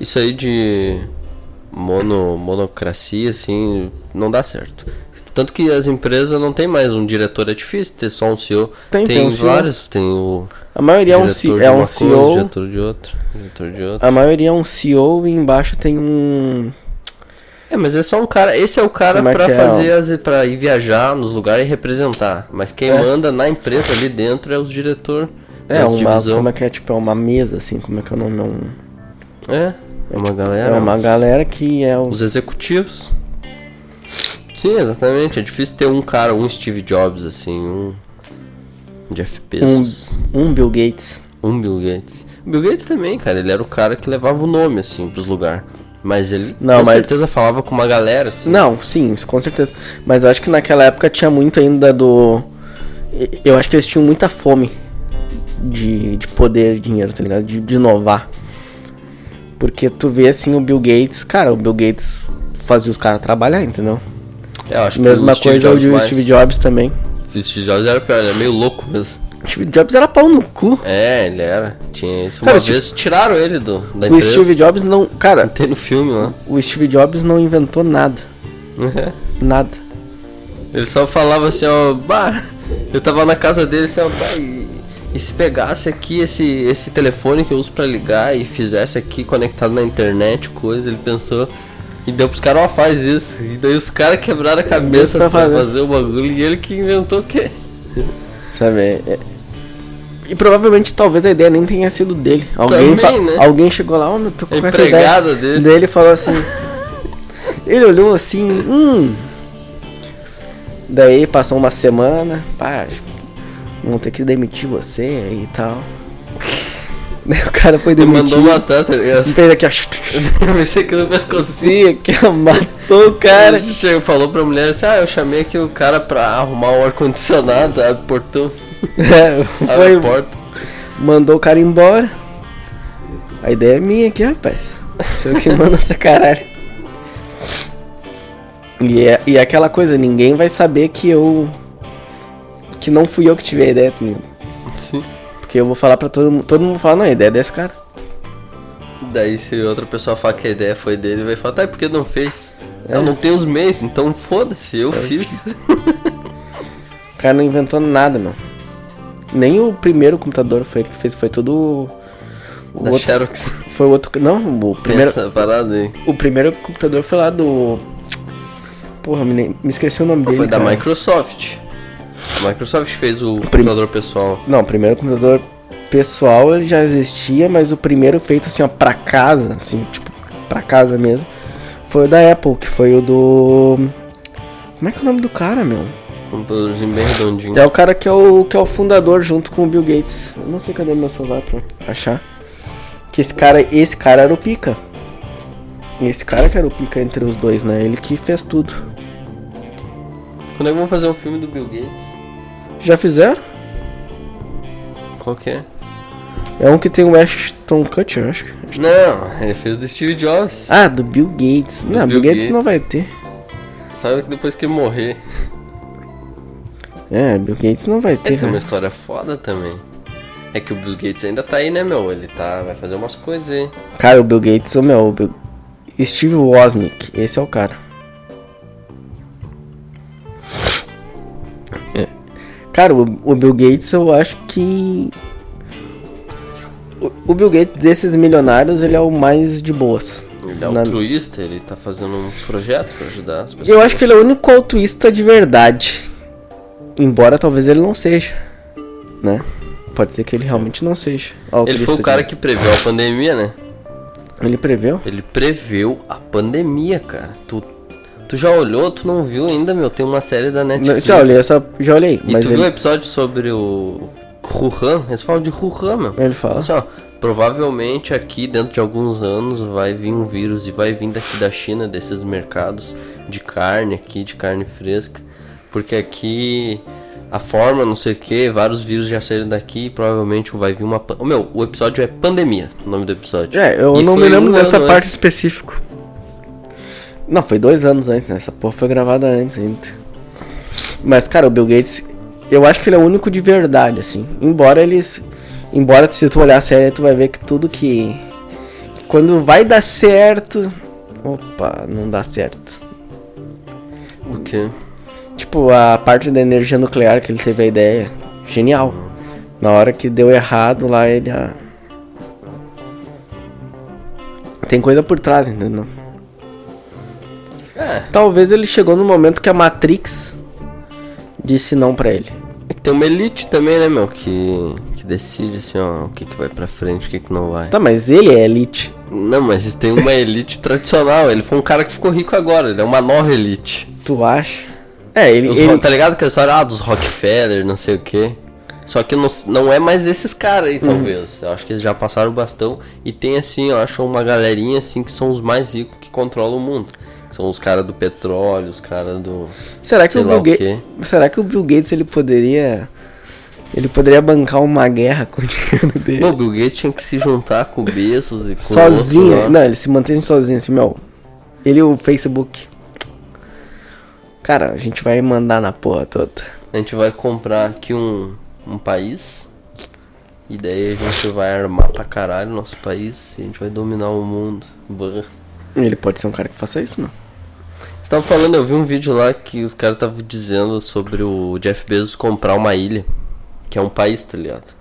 [SPEAKER 2] Isso aí de mono, monocracia, assim, não dá certo. Tanto que as empresas não tem mais um diretor, é difícil ter só um CEO.
[SPEAKER 1] Tem- tem um CEO.
[SPEAKER 2] vários, tem o.
[SPEAKER 1] A maioria é um,
[SPEAKER 2] diretor
[SPEAKER 1] C-
[SPEAKER 2] de
[SPEAKER 1] é
[SPEAKER 2] uma
[SPEAKER 1] um
[SPEAKER 2] coisa,
[SPEAKER 1] CEO.
[SPEAKER 2] diretor de outro, diretor de outro.
[SPEAKER 1] A maioria é um CEO e embaixo tem um.
[SPEAKER 2] É, mas é só um cara. Esse é o cara
[SPEAKER 1] Como é
[SPEAKER 2] pra
[SPEAKER 1] que é,
[SPEAKER 2] fazer as. pra ir viajar nos lugares e representar. Mas quem
[SPEAKER 1] É.
[SPEAKER 2] manda na empresa ali dentro é os diretor.
[SPEAKER 1] É,
[SPEAKER 2] das
[SPEAKER 1] uma.
[SPEAKER 2] divisão.
[SPEAKER 1] Como é que é? Tipo, é uma mesa, assim, como é que é o nome? É, um-
[SPEAKER 2] É, é uma
[SPEAKER 1] é
[SPEAKER 2] galera.
[SPEAKER 1] uma galera que é o.
[SPEAKER 2] Os executivos. Sim, exatamente. É difícil ter um cara, um Steve Jobs, assim, um. Jeff
[SPEAKER 1] Um,
[SPEAKER 2] Bezos.
[SPEAKER 1] um Bill Gates.
[SPEAKER 2] Um, Bill Gates. O Bill Gates também, cara. Ele era o cara que levava o nome, assim, pros lugares. Mas ele
[SPEAKER 1] Não,
[SPEAKER 2] com
[SPEAKER 1] mas-
[SPEAKER 2] certeza falava com uma galera, assim.
[SPEAKER 1] Não, sim, isso com certeza. Mas eu acho que naquela época tinha muito ainda do. Eu acho que eles tinham muita fome de, de poder, dinheiro, tá ligado? De, de inovar. Porque tu vê assim o Bill Gates, cara, o Bill Gates fazia os caras trabalhar, entendeu?
[SPEAKER 2] Eu acho
[SPEAKER 1] Mesma
[SPEAKER 2] Tipo, Steve
[SPEAKER 1] coisa o
[SPEAKER 2] Jobs
[SPEAKER 1] de
[SPEAKER 2] mais.
[SPEAKER 1] Steve Jobs também.
[SPEAKER 2] O Steve Jobs era pior, ele era meio louco mesmo.
[SPEAKER 1] Steve Jobs era pau no cu.
[SPEAKER 2] É, ele era. Tinha isso.
[SPEAKER 1] Cara,
[SPEAKER 2] uma
[SPEAKER 1] o Steve-
[SPEAKER 2] vez tiraram ele do, da
[SPEAKER 1] O
[SPEAKER 2] empresa.
[SPEAKER 1] Steve Jobs não. Cara,
[SPEAKER 2] Tem no filme lá. *laughs*
[SPEAKER 1] o Steve Jobs não inventou nada. Nada.
[SPEAKER 2] Ele só falava assim, ó, bah, eu tava na casa dele assim, ó, bah, e, e se pegasse aqui esse, esse telefone que eu uso pra ligar e fizesse aqui conectado na internet, coisa, ele pensou. E deu pros caras, ó, faz isso. E daí os caras quebraram a cabeça
[SPEAKER 1] pra
[SPEAKER 2] pra fazer.
[SPEAKER 1] fazer.
[SPEAKER 2] o bagulho e ele que inventou o quê?
[SPEAKER 1] Sabe? é- E provavelmente talvez a ideia nem tenha sido dele. Alguém,
[SPEAKER 2] Também,
[SPEAKER 1] fa-
[SPEAKER 2] né?
[SPEAKER 1] alguém chegou lá, oh, meu, tô com
[SPEAKER 2] A
[SPEAKER 1] essa ideia.
[SPEAKER 2] empregada dele.
[SPEAKER 1] Daí ele falou assim. ele olhou assim, hum. Daí passou uma semana, pá, vão ter que demitir você e tal. *laughs* Daí o cara foi
[SPEAKER 2] Ele mandou
[SPEAKER 1] demitido.
[SPEAKER 2] matar, tá ligado? *laughs*
[SPEAKER 1] Fez aqui, ó, *laughs*
[SPEAKER 2] Eu pensei que no pescocinho.
[SPEAKER 1] assim, aqui, ó, *laughs* matou o cara.
[SPEAKER 2] Cara, chegou, falou pra mulher assim: Ah, eu chamei aqui o cara pra arrumar o ar-condicionado, abre o portão,
[SPEAKER 1] É,
[SPEAKER 2] abre a
[SPEAKER 1] foi,
[SPEAKER 2] porta.
[SPEAKER 1] mandou o cara embora. A ideia é minha aqui, rapaz. Sou eu que mando essa caralho. E é, e é aquela coisa, ninguém vai saber que eu. Que não fui eu que tive a ideia comigo.
[SPEAKER 2] Sim.
[SPEAKER 1] Porque eu vou falar pra todo mundo. Todo mundo fala, não, a ideia é desse cara.
[SPEAKER 2] Daí, se outra pessoa falar que a ideia foi dele, vai falar: Tá, e por que não fez?
[SPEAKER 1] É.
[SPEAKER 2] Eu não tenho os meios, então foda-se, eu fiz.
[SPEAKER 1] O cara não inventou nada, meu. Nem o primeiro computador foi ele que fez, foi tudo. O
[SPEAKER 2] da
[SPEAKER 1] outro,
[SPEAKER 2] Xerox.
[SPEAKER 1] Foi o outro. Não, o primeiro.
[SPEAKER 2] Pensa, parada aí.
[SPEAKER 1] O primeiro computador foi lá do. Porra, me, nem- me esqueci o nome dele.
[SPEAKER 2] Foi da
[SPEAKER 1] cara.
[SPEAKER 2] Microsoft. A Microsoft fez o computador pessoal.
[SPEAKER 1] Não, o primeiro computador pessoal ele já existia, mas o primeiro feito assim, ó, pra casa, assim, tipo, pra casa mesmo, foi o da Apple, que foi o do. Como é que é o nome do cara, meu?
[SPEAKER 2] Computadorzinho bem redondinho.
[SPEAKER 1] É o cara que é o, que é o fundador junto com o Bill Gates. Eu não sei cadê meu celular pra achar. Que esse cara, esse cara era o pica. Esse cara que era o pica entre os dois, né? Ele que fez tudo.
[SPEAKER 2] Quando é que vão fazer um filme do Bill Gates?
[SPEAKER 1] Já fizeram?
[SPEAKER 2] Qual que é?
[SPEAKER 1] É um que tem o Ashton Kutcher, acho. que.
[SPEAKER 2] Não, ele fez do Steve Jobs.
[SPEAKER 1] Ah, do Bill Gates. não, Bill
[SPEAKER 2] Bill
[SPEAKER 1] Gates,
[SPEAKER 2] Gates.
[SPEAKER 1] não vai ter.
[SPEAKER 2] Sabe que depois que ele morrer.
[SPEAKER 1] É, Bill Gates não vai ter.
[SPEAKER 2] Tem uma
[SPEAKER 1] né?
[SPEAKER 2] história foda também. É que o Bill Gates ainda tá aí, né, meu? Ele tá, vai fazer umas coisas aí.
[SPEAKER 1] Cara, o Bill Gates, o meu. o Bill- Steve Wozniak, esse é o cara. É. Cara, o, o Bill Gates, eu acho que. O, o Bill Gates desses milionários, ele é o mais de boas.
[SPEAKER 2] Ele é
[SPEAKER 1] Na-
[SPEAKER 2] altruísta, ele tá fazendo uns projetos pra ajudar as pessoas.
[SPEAKER 1] Eu acho que ele é o único altruísta de verdade. Embora talvez ele não seja. Né? Pode ser que ele realmente não seja.
[SPEAKER 2] Ele foi o cara que previu a pandemia, né?
[SPEAKER 1] que. Ele preveu?
[SPEAKER 2] Ele preveu a pandemia, cara. Tu, tu já olhou, tu não viu ainda, meu? Tem uma série da
[SPEAKER 1] Não,
[SPEAKER 2] Netflix.
[SPEAKER 1] já olhei, eu só, já olhei.
[SPEAKER 2] E
[SPEAKER 1] mas
[SPEAKER 2] tu
[SPEAKER 1] ele...
[SPEAKER 2] viu o episódio sobre o Wuhan? Eles falam de Wuhan, meu.
[SPEAKER 1] Ele fala.
[SPEAKER 2] Assim, ó, provavelmente aqui dentro de alguns anos vai vir um vírus e vai vir daqui da China, desses mercados de carne aqui, de carne fresca. Porque aqui a forma, não sei o que, vários vírus já saíram daqui e provavelmente vai vir uma. pan- Ô, Meu, o episódio é Pandemia, o nome do episódio.
[SPEAKER 1] É, eu
[SPEAKER 2] E
[SPEAKER 1] não
[SPEAKER 2] foi
[SPEAKER 1] me lembro
[SPEAKER 2] um
[SPEAKER 1] dessa
[SPEAKER 2] ano
[SPEAKER 1] parte específica. Não, foi dois anos antes, né? Essa porra foi gravada antes ainda. Mas, cara, o Bill Gates, eu acho que ele é o único de verdade, assim. Embora eles. Embora se tu olhar a série, tu vai ver que tudo que. que Quando vai dar certo. Opa, não dá certo.
[SPEAKER 2] antes. O quê?
[SPEAKER 1] Tipo, a parte da energia nuclear que ele teve a ideia. Genial. Na hora que deu errado lá, ele. ah. Tem coisa por trás, entendeu?
[SPEAKER 2] É.
[SPEAKER 1] Talvez ele chegou no momento que a Matrix disse não pra ele.
[SPEAKER 2] É que Tem uma elite também, né, meu? Que, que decide assim, ó, o que, que vai pra frente, o que, que não vai.
[SPEAKER 1] Tá, mas ele é elite.
[SPEAKER 2] Não, mas tem uma elite tradicional. Ele foi um cara que ficou rico agora. Ele é uma nova elite.
[SPEAKER 1] Tu acha? É, ele.
[SPEAKER 2] Os
[SPEAKER 1] ele-
[SPEAKER 2] ro- Tá ligado que a história ah, dos Rockefeller, não sei o quê. Só que não, não é mais esses caras aí, talvez. Eu acho que eles já passaram o bastão. E tem assim, eu acho uma galerinha assim que são os mais ricos que controlam o mundo. São os caras do petróleo, os caras do.
[SPEAKER 1] será que
[SPEAKER 2] sei
[SPEAKER 1] o
[SPEAKER 2] lá
[SPEAKER 1] Bill
[SPEAKER 2] o
[SPEAKER 1] Gates. Será que o Bill Gates ele poderia. Ele poderia bancar uma guerra com o dinheiro dele?
[SPEAKER 2] Pô, o Bill Gates tinha que se juntar com o Bezos e com o outro
[SPEAKER 1] Sozinho. né?
[SPEAKER 2] lá.
[SPEAKER 1] Não, ele se mantém sozinho, assim, meu. Ele e o Facebook. Cara, a gente vai mandar na porra toda.
[SPEAKER 2] A gente vai comprar aqui um, um país. E daí a gente vai armar pra caralho o nosso país. E a gente vai dominar o mundo. Bah.
[SPEAKER 1] Ele pode ser um cara que faça isso, não?
[SPEAKER 2] Você tava falando, eu vi um vídeo lá que os caras estavam dizendo sobre o Jeff Bezos comprar uma ilha. Que é um país, tá ligado?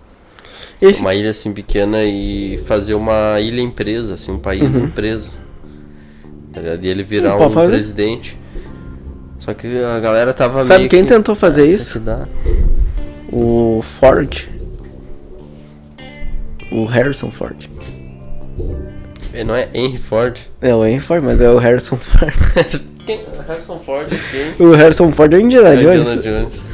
[SPEAKER 1] Esse,
[SPEAKER 2] Uma ilha assim pequena e fazer uma ilha empresa, assim, um país empresa. Tá ligado? E ele
[SPEAKER 1] Uhum.
[SPEAKER 2] virar
[SPEAKER 1] Hum, Pode
[SPEAKER 2] um
[SPEAKER 1] fazer.
[SPEAKER 2] presidente. Só que a galera tava
[SPEAKER 1] sabe
[SPEAKER 2] meio
[SPEAKER 1] quem
[SPEAKER 2] que,
[SPEAKER 1] tentou fazer
[SPEAKER 2] "Ah,
[SPEAKER 1] isso?
[SPEAKER 2] aqui dá."
[SPEAKER 1] O Ford. O Harrison Ford.
[SPEAKER 2] Não é Henry Ford? *laughs*
[SPEAKER 1] É o Henry *laughs* Ford, mas é o Harrison Ford.
[SPEAKER 2] quem? Harrison Ford é quem?
[SPEAKER 1] O Harrison Ford é *laughs* o Indiana Jones.
[SPEAKER 2] Indiana Jones.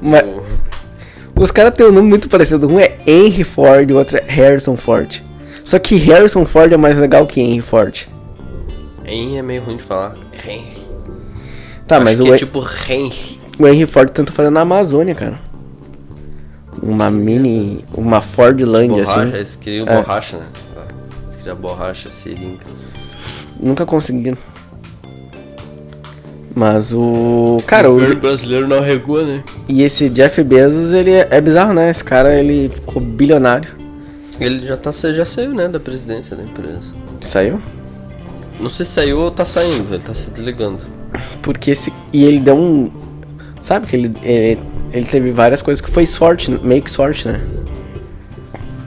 [SPEAKER 1] Mas
[SPEAKER 2] O-
[SPEAKER 1] os caras têm um nome muito parecido. Um é Henry Ford, o outro é Harrison Ford. Só que Harrison Ford é mais legal que Henry Ford.
[SPEAKER 2] Henry é meio ruim de falar. Henry.
[SPEAKER 1] Tá,
[SPEAKER 2] Acho
[SPEAKER 1] mas
[SPEAKER 2] que
[SPEAKER 1] o,
[SPEAKER 2] é
[SPEAKER 1] Hen-
[SPEAKER 2] tipo Henry.
[SPEAKER 1] o Henry Ford tentou fazer na Amazônia, cara. Uma mini. Uma Fordland,
[SPEAKER 2] Borracha,
[SPEAKER 1] assim.
[SPEAKER 2] eles queriam
[SPEAKER 1] É.
[SPEAKER 2] borracha, né? Eles queriam borracha, seringa.
[SPEAKER 1] Nunca conseguiram. Mas o. Cara, o,
[SPEAKER 2] brasileiro não regula, né?
[SPEAKER 1] e esse Jeff Bezos, ele é, é bizarro, né? Esse cara, ele ficou bilionário.
[SPEAKER 2] Ele já, tá, sa- já saiu, né, da presidência da empresa.
[SPEAKER 1] Saiu?
[SPEAKER 2] Não sei se saiu ou tá saindo, ele tá se desligando.
[SPEAKER 1] Porque esse. E ele deu um. Sabe que ele, ele, ele teve várias coisas que foi sorte, né? meio que sorte, né?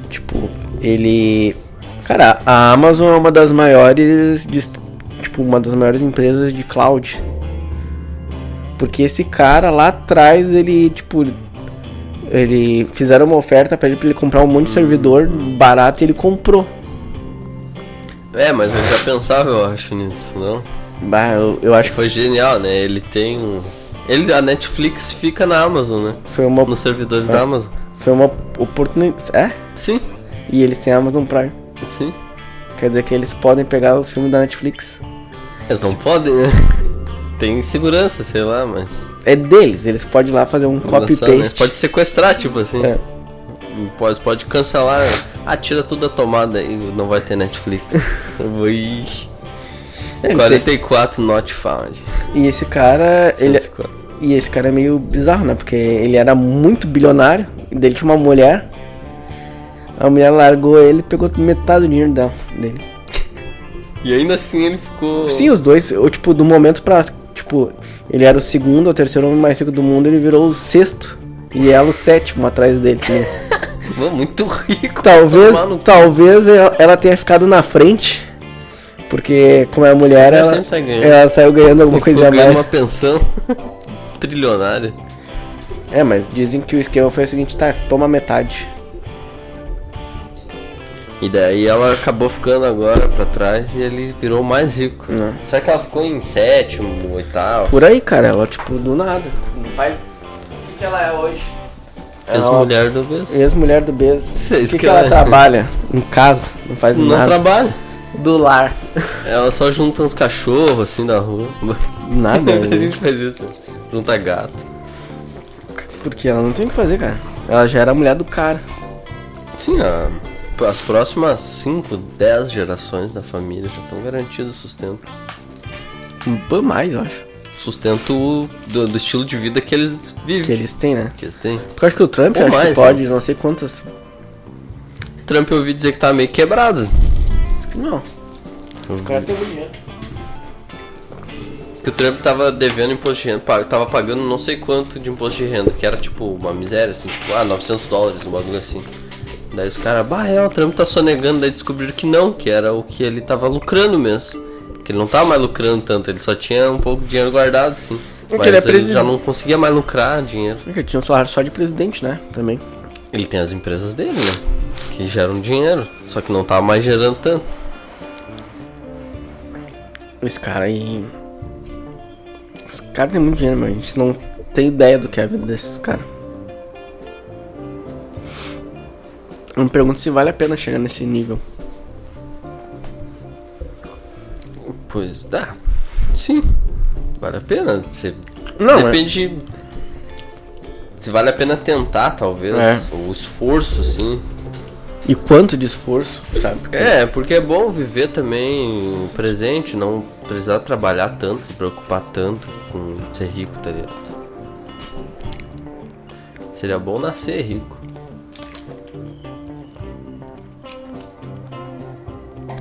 [SPEAKER 1] Tipo, ele. Cara, a Amazon é uma das maiores. dis- Tipo, uma das maiores empresas de cloud. Porque esse cara lá atrás, ele, tipo. Ele fizeram uma oferta pra ele, pra ele comprar um monte de servidor barato e ele comprou.
[SPEAKER 2] É, mas eu já pensava, eu acho, nisso, não?
[SPEAKER 1] Bah, eu, eu acho que
[SPEAKER 2] Foi genial, né? Ele tem um. Ele, a Netflix fica na Amazon, né?
[SPEAKER 1] foi uma,
[SPEAKER 2] Nos servidores
[SPEAKER 1] É.
[SPEAKER 2] da Amazon.
[SPEAKER 1] foi uma oportunidade. É?
[SPEAKER 2] Sim,
[SPEAKER 1] E eles têm Amazon Prime.
[SPEAKER 2] sim.
[SPEAKER 1] Quer dizer que eles podem pegar os filmes da Netflix.
[SPEAKER 2] Eles não podem, né? *laughs* Tem segurança, sei lá, mas.
[SPEAKER 1] É deles, eles podem ir lá fazer um
[SPEAKER 2] Engraçado, né?
[SPEAKER 1] copy-paste.
[SPEAKER 2] Pode sequestrar, tipo assim.
[SPEAKER 1] É.
[SPEAKER 2] Pode, pode cancelar. Ah, tira tudo da tomada e não vai ter
[SPEAKER 1] *laughs*
[SPEAKER 2] Netflix. Ui.
[SPEAKER 1] É, Ele
[SPEAKER 2] 44 not found.
[SPEAKER 1] E esse cara, ele, é-
[SPEAKER 2] 104.
[SPEAKER 1] e esse cara é meio bizarro, né? Porque ele era muito bilionário, e dele tinha uma mulher. A mulher largou ele e pegou metade do dinheiro dela, dele.
[SPEAKER 2] E ainda assim ele ficou.
[SPEAKER 1] Sim, os dois, eu, tipo, do momento pra. Tipo, ele era o segundo ou terceiro homem mais rico do mundo, ele virou o sexto. E ela o sétimo atrás dele. né?
[SPEAKER 2] *laughs* Pô, muito rico.
[SPEAKER 1] Talvez,
[SPEAKER 2] Tomar no cu.
[SPEAKER 1] talvez ela ela tenha ficado na frente, porque como é mulher,
[SPEAKER 2] Mulher
[SPEAKER 1] ela,
[SPEAKER 2] sempre sai ganhando.
[SPEAKER 1] ela saiu ganhando é alguma
[SPEAKER 2] É. Ficou
[SPEAKER 1] coisa a
[SPEAKER 2] ganhando
[SPEAKER 1] mais.
[SPEAKER 2] uma pensão *laughs* trilionária.
[SPEAKER 1] É, mas dizem que o esquema foi o seguinte, tá, toma metade.
[SPEAKER 2] E daí ela acabou ficando agora pra trás e ele virou mais rico.
[SPEAKER 1] É.
[SPEAKER 2] Será que ela ficou em sétimo, oitavo?
[SPEAKER 1] Por aí, cara, ela, tipo, do nada. Não faz... O que, que ela é hoje?
[SPEAKER 2] As
[SPEAKER 1] é uma
[SPEAKER 2] mulheres do mesmo.
[SPEAKER 1] Ex-mulher do Bezos.
[SPEAKER 2] Isso é
[SPEAKER 1] O
[SPEAKER 2] isso
[SPEAKER 1] que,
[SPEAKER 2] que
[SPEAKER 1] que ela
[SPEAKER 2] ela é.
[SPEAKER 1] trabalha? Em casa, não faz
[SPEAKER 2] Não
[SPEAKER 1] nada.
[SPEAKER 2] trabalha.
[SPEAKER 1] Do lar.
[SPEAKER 2] Ela só junta uns cachorros assim da rua. *laughs*
[SPEAKER 1] Nada, é,
[SPEAKER 2] a gente faz isso. Junta gato.
[SPEAKER 1] porque ela não tem o que fazer, cara. Ela já era a mulher do cara.
[SPEAKER 2] Sim, a- as próximas 5, 10 gerações da família já estão garantidas sustento.
[SPEAKER 1] Um pouco mais, eu acho.
[SPEAKER 2] Sustento do, do estilo de vida que eles vivem.
[SPEAKER 1] Que eles têm, né?
[SPEAKER 2] que eles têm.
[SPEAKER 1] Porque eu acho que o Trump,
[SPEAKER 2] Ou
[SPEAKER 1] eu acho que
[SPEAKER 2] mais, é.
[SPEAKER 1] pode, não sei quantas...
[SPEAKER 2] Trump eu ouvi dizer que tá meio quebrado.
[SPEAKER 1] Não.
[SPEAKER 2] Eu ouvi
[SPEAKER 1] cara tem muito dinheiro.
[SPEAKER 2] Que o Trump tava devendo imposto de renda, pa- tava pagando não sei quanto de imposto de renda, que era tipo uma miséria, assim, tipo, ah, 900 dólares, um bagulho assim. Daí os caras, bah, é, o Trump tá sonegando, daí descobriram que não, que era o que ele tava lucrando mesmo. Que ele não tava mais lucrando tanto, ele só tinha um pouco de dinheiro guardado, assim.
[SPEAKER 1] Porque
[SPEAKER 2] Mas
[SPEAKER 1] ele é
[SPEAKER 2] ele,
[SPEAKER 1] presidente.
[SPEAKER 2] já não conseguia mais lucrar dinheiro.
[SPEAKER 1] Porque tinha um salário só de presidente, né? Também.
[SPEAKER 2] Ele tem as empresas dele, né? Que geram dinheiro, só que não tava mais gerando tanto.
[SPEAKER 1] Esse cara aí. Esse cara tem muito dinheiro, mas a gente não tem ideia do que é a vida desses caras. Eu me pergunto se vale a pena chegar nesse nível.
[SPEAKER 2] Pois dá. Sim. Vale a pena. Você...
[SPEAKER 1] Não, é-
[SPEAKER 2] Depende. Se vale a pena tentar, talvez.
[SPEAKER 1] É.
[SPEAKER 2] O esforço, sim.
[SPEAKER 1] E quanto de esforço, sabe?
[SPEAKER 2] É, porque é bom viver também o presente, não precisar trabalhar tanto, se preocupar tanto com ser rico, tá ligado? Seria bom nascer rico.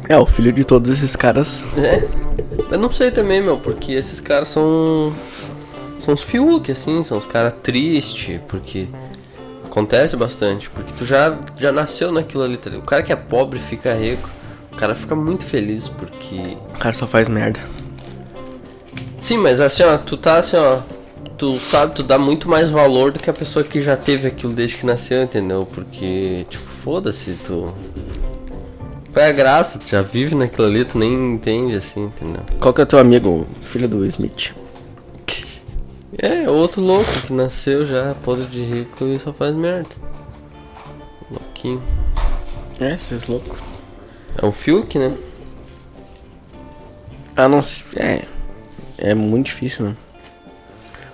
[SPEAKER 1] É, o filho de todos esses caras.
[SPEAKER 2] É. Eu não sei também, meu, porque esses caras são. São os Fiuk, assim, são os caras tristes, porque. Acontece bastante, porque tu já, já nasceu naquilo ali, tá ligado? O cara que é pobre fica rico, o cara fica muito feliz, porque.
[SPEAKER 1] O cara só faz merda.
[SPEAKER 2] Sim, mas assim, ó, tu tá assim, ó. Tu sabe, tu dá muito mais valor do que a pessoa que já teve aquilo desde que nasceu, entendeu? Porque, tipo, foda-se, tu. Qual é a graça? Tu já vive naquilo ali, tu nem entende assim, entendeu?
[SPEAKER 1] Qual que é o teu amigo, filho do Smith?
[SPEAKER 2] É, outro louco que nasceu já, podre de rico e só faz merda. Louquinho.
[SPEAKER 1] É, esses loucos.
[SPEAKER 2] É o Fiuk, né?
[SPEAKER 1] Ah, não se- É. É muito difícil, né?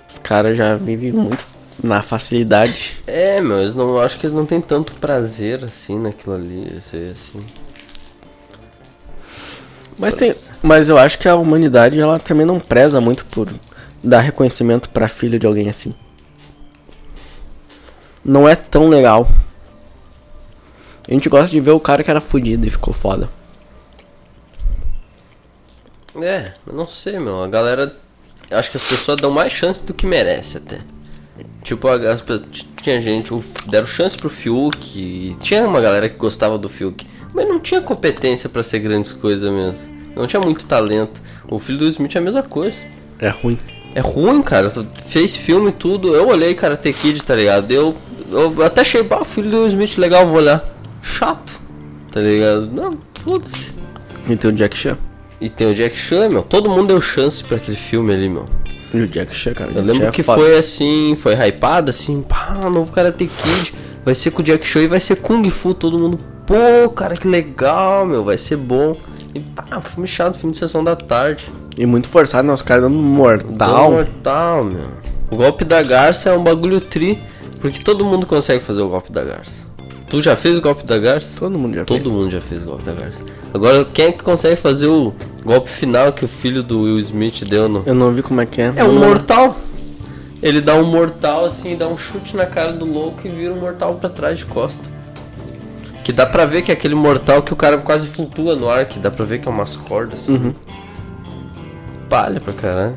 [SPEAKER 1] Os caras já vivem muito na facilidade.
[SPEAKER 2] É, meu, eles não, eu acho que eles não têm tanto prazer assim naquilo ali, assim. assim.
[SPEAKER 1] Mas tem. Mas eu acho que a humanidade ela também não preza muito por dar reconhecimento pra filho de alguém assim. Não é tão legal. A gente gosta de ver o cara que era fudido e ficou foda.
[SPEAKER 2] É, eu não sei, meu. A galera. eu Acho que as pessoas dão mais chance do que merece até. Tipo, a- as pe- t- tinha gente, o- deram chance pro Fiuk. e Tinha uma galera que gostava do Fiuk. Mas não tinha competência pra ser grandes coisas mesmo. Não tinha muito talento. O filho do Smith é a mesma coisa.
[SPEAKER 1] É ruim.
[SPEAKER 2] É ruim, cara. Tu Fez filme e tudo. Eu olhei Karate Kid, tá ligado? Eu, eu até achei, bah, o filho do Smith legal, vou olhar. Chato, tá ligado? Não, foda-se.
[SPEAKER 1] Então o Jack Chan.
[SPEAKER 2] E tem o Jack Chan, meu. Todo mundo deu chance pra aquele filme ali, meu.
[SPEAKER 1] E o Jack Chan, cara. o
[SPEAKER 2] Eu
[SPEAKER 1] Jack
[SPEAKER 2] lembro
[SPEAKER 1] Chan é
[SPEAKER 2] que
[SPEAKER 1] foda.
[SPEAKER 2] foi assim, foi hypado assim, pá, novo Karate Kid, vai ser com o Jack Chan e vai ser Kung Fu, todo mundo, pô, cara, que legal, meu, vai ser bom. E pá, filme chato, filme de sessão da tarde.
[SPEAKER 1] E muito forçado, né? Os caras dando mortal.
[SPEAKER 2] Bom Mortal, meu. O golpe da garça é um bagulho tri, porque todo mundo consegue fazer o golpe da garça. Tu já fez o golpe da garça?
[SPEAKER 1] Todo mundo já
[SPEAKER 2] Todo
[SPEAKER 1] fez.
[SPEAKER 2] mundo já fez o golpe da garça. Agora, quem é que consegue fazer o golpe final que o filho do Will Smith deu no,
[SPEAKER 1] Eu não vi como é que é.
[SPEAKER 2] é um
[SPEAKER 1] Não-
[SPEAKER 2] mortal. Ele dá um mortal assim, dá um chute na cara do louco e vira um mortal pra trás de costa. Que dá pra ver que é aquele mortal que o cara quase flutua no ar, que dá pra ver que é umas cordas assim.
[SPEAKER 1] Uhum.
[SPEAKER 2] Palha pra caralho.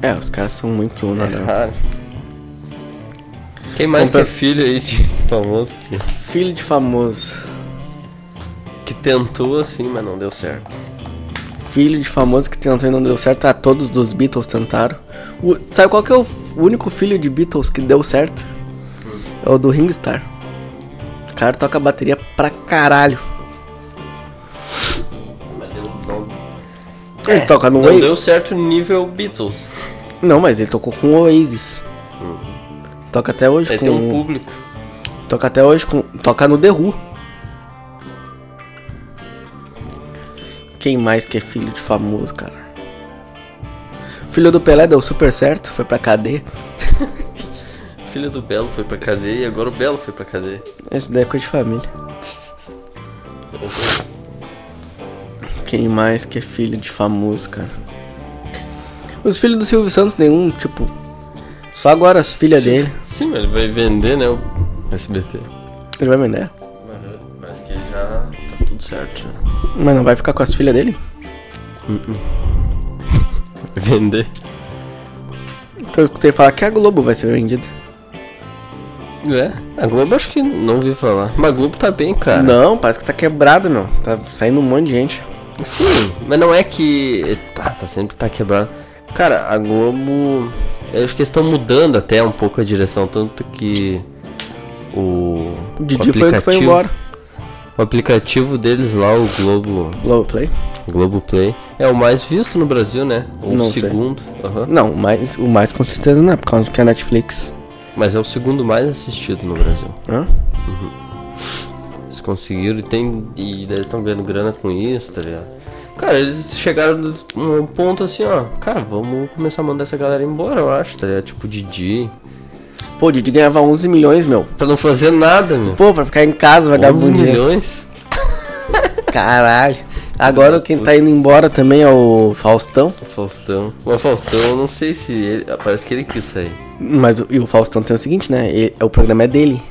[SPEAKER 1] É, os caras são muito né? nada.
[SPEAKER 2] É raro. Quem mais
[SPEAKER 1] Compre-
[SPEAKER 2] que é filho
[SPEAKER 1] *laughs*
[SPEAKER 2] aí de famoso que,
[SPEAKER 1] Filho de famoso.
[SPEAKER 2] que tentou assim, mas não deu certo?
[SPEAKER 1] Filho de famoso que tentou e não deu certo. Ah, todos dos Beatles tentaram. O- sabe qual que é o f- o único filho de Beatles que deu certo? É o do Ringo Starr. O cara toca bateria pra caralho.
[SPEAKER 2] Mas deu, não,
[SPEAKER 1] Ele toca no
[SPEAKER 2] É. não
[SPEAKER 1] Oasis.
[SPEAKER 2] deu certo nível Beatles.
[SPEAKER 1] Não, mas ele tocou com o Oasis. Toca até hoje
[SPEAKER 2] Aí
[SPEAKER 1] com.
[SPEAKER 2] tem um público.
[SPEAKER 1] Toca até hoje com. Toca no The Who. Quem mais que é filho de famoso, cara? Filho do Pelé deu super certo, foi pra cadeia.
[SPEAKER 2] Filho do Belo foi pra cadeia e agora o Belo foi pra cadeia.
[SPEAKER 1] Esse daí é coisa de família. Quem mais que é filho de famoso, cara? Os filhos do Silvio Santos, nenhum, tipo. Só agora as filhas dele.
[SPEAKER 2] Sim, mas ele vai vender, né? O SBT.
[SPEAKER 1] Ele vai vender.
[SPEAKER 2] Parece que já tá tudo certo.
[SPEAKER 1] Mas não vai ficar com as filhas dele?
[SPEAKER 2] Vender?
[SPEAKER 1] Que eu escutei falar é que a Globo vai ser vendida.
[SPEAKER 2] É. A Globo acho que não ouvi falar. Mas a Globo tá bem, cara.
[SPEAKER 1] Não, parece que tá quebrado, meu. Tá saindo um monte de gente.
[SPEAKER 2] Sim, mas não é que. Tá, tá sempre tá quebrado. Cara, a Globo. Eu acho que eles estão mudando até um pouco a direção, tanto que. O.
[SPEAKER 1] O Didi foi o que foi
[SPEAKER 2] aplicativo-
[SPEAKER 1] embora.
[SPEAKER 2] O aplicativo deles lá, o Globo.
[SPEAKER 1] Globoplay?
[SPEAKER 2] Globoplay. É o mais visto no Brasil, né? O
[SPEAKER 1] Não sei.
[SPEAKER 2] segundo. Aham.
[SPEAKER 1] Não, mas o mais com certeza não é, por causa que é a Netflix.
[SPEAKER 2] Mas é o segundo mais assistido no Brasil.
[SPEAKER 1] Hã?
[SPEAKER 2] Eles conseguiram e tem. E daí estão ganhando grana com isso, tá ligado? Cara, eles chegaram num ponto assim, ó. Cara, vamos começar a mandar essa galera embora, eu acho, tá ligado? Tipo Didi.
[SPEAKER 1] Pô, o Didi ganhava 11 milhões, meu.
[SPEAKER 2] Pra não fazer nada, meu.
[SPEAKER 1] Pô, pra ficar em casa,
[SPEAKER 2] 11
[SPEAKER 1] vagabundinho.
[SPEAKER 2] milhões?
[SPEAKER 1] Caralho. Agora quem tá indo embora também é o Faustão.
[SPEAKER 2] O Faustão. O Faustão, eu não sei se ele. Parece que ele quis sair.
[SPEAKER 1] Mas o, e o Faustão tem o seguinte, né? Ele- o programa é dele.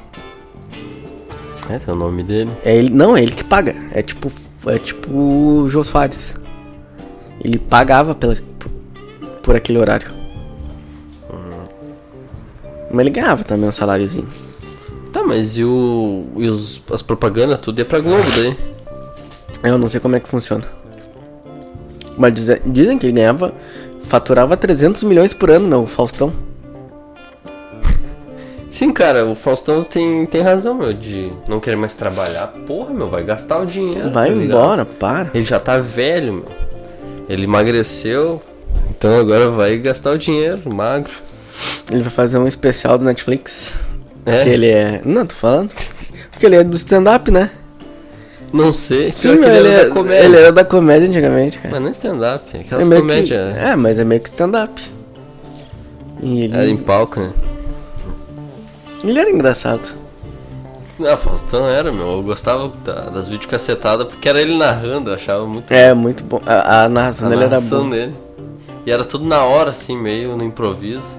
[SPEAKER 2] É, tem o nome dele.
[SPEAKER 1] É ele, não, é ele que paga. É tipo, é tipo o Jô Soares. Ele pagava pela, por, por aquele horário. Mas ele ganhava também um saláriozinho.
[SPEAKER 2] Tá, mas e o. E os, as propagandas, tudo é pra Globo daí.
[SPEAKER 1] Eu não sei como é que funciona. Mas dize- dizem que ele ganhava, né, faturava 300 milhões por ano, meu, Faustão.
[SPEAKER 2] Sim, cara, o Faustão tem, tem razão, meu, de não querer mais trabalhar. Porra, meu, vai gastar o dinheiro.
[SPEAKER 1] Vai
[SPEAKER 2] tá ligado?
[SPEAKER 1] embora, para.
[SPEAKER 2] Ele já tá velho, meu. Ele emagreceu, então agora vai gastar o dinheiro, magro.
[SPEAKER 1] Ele vai fazer um especial do Netflix.
[SPEAKER 2] É?
[SPEAKER 1] Que ele é. Não, tô falando. Porque ele é do stand-up, né?
[SPEAKER 2] Não sei,
[SPEAKER 1] Sim,
[SPEAKER 2] pior que ele era
[SPEAKER 1] é-
[SPEAKER 2] da comédia.
[SPEAKER 1] ele era da comédia antigamente, cara.
[SPEAKER 2] Mas não é stand-up, é aquelas
[SPEAKER 1] meio
[SPEAKER 2] comédias
[SPEAKER 1] Que, é, mas é meio que stand-up. E ele,
[SPEAKER 2] é, em palco, né?
[SPEAKER 1] ele era engraçado.
[SPEAKER 2] Ah, Faustão era, meu. Eu gostava da- das videocassetadas porque era ele narrando, eu achava muito.
[SPEAKER 1] É, muito bom. A, a narração
[SPEAKER 2] a
[SPEAKER 1] dele era
[SPEAKER 2] narração
[SPEAKER 1] boa.
[SPEAKER 2] dele. E era tudo na hora, assim, meio no improviso.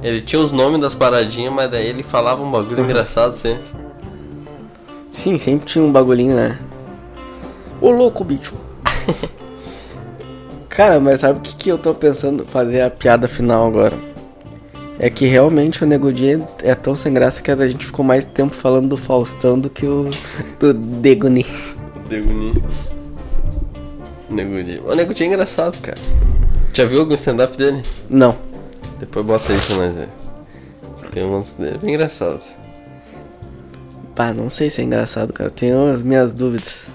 [SPEAKER 2] Ele tinha os nomes das paradinhas, mas daí ele falava um bagulho
[SPEAKER 1] Uhum.
[SPEAKER 2] engraçado sempre.
[SPEAKER 1] Sim, sempre tinha um bagulhinho, né? Ô louco, bicho. Cara, mas sabe o que, que eu tô pensando fazer a piada final agora? É que realmente o Nego Di é tão sem graça que a gente ficou mais tempo falando do Faustão do que o do Degoni.
[SPEAKER 2] Neguni. Neguni. O Neguni é engraçado, cara. Já viu algum stand-up dele?
[SPEAKER 1] Não.
[SPEAKER 2] Depois bota aí pra nós ver. Tem uns dele. É engraçado.
[SPEAKER 1] Pá, não sei se é engraçado, cara. Eu Tenho as minhas dúvidas.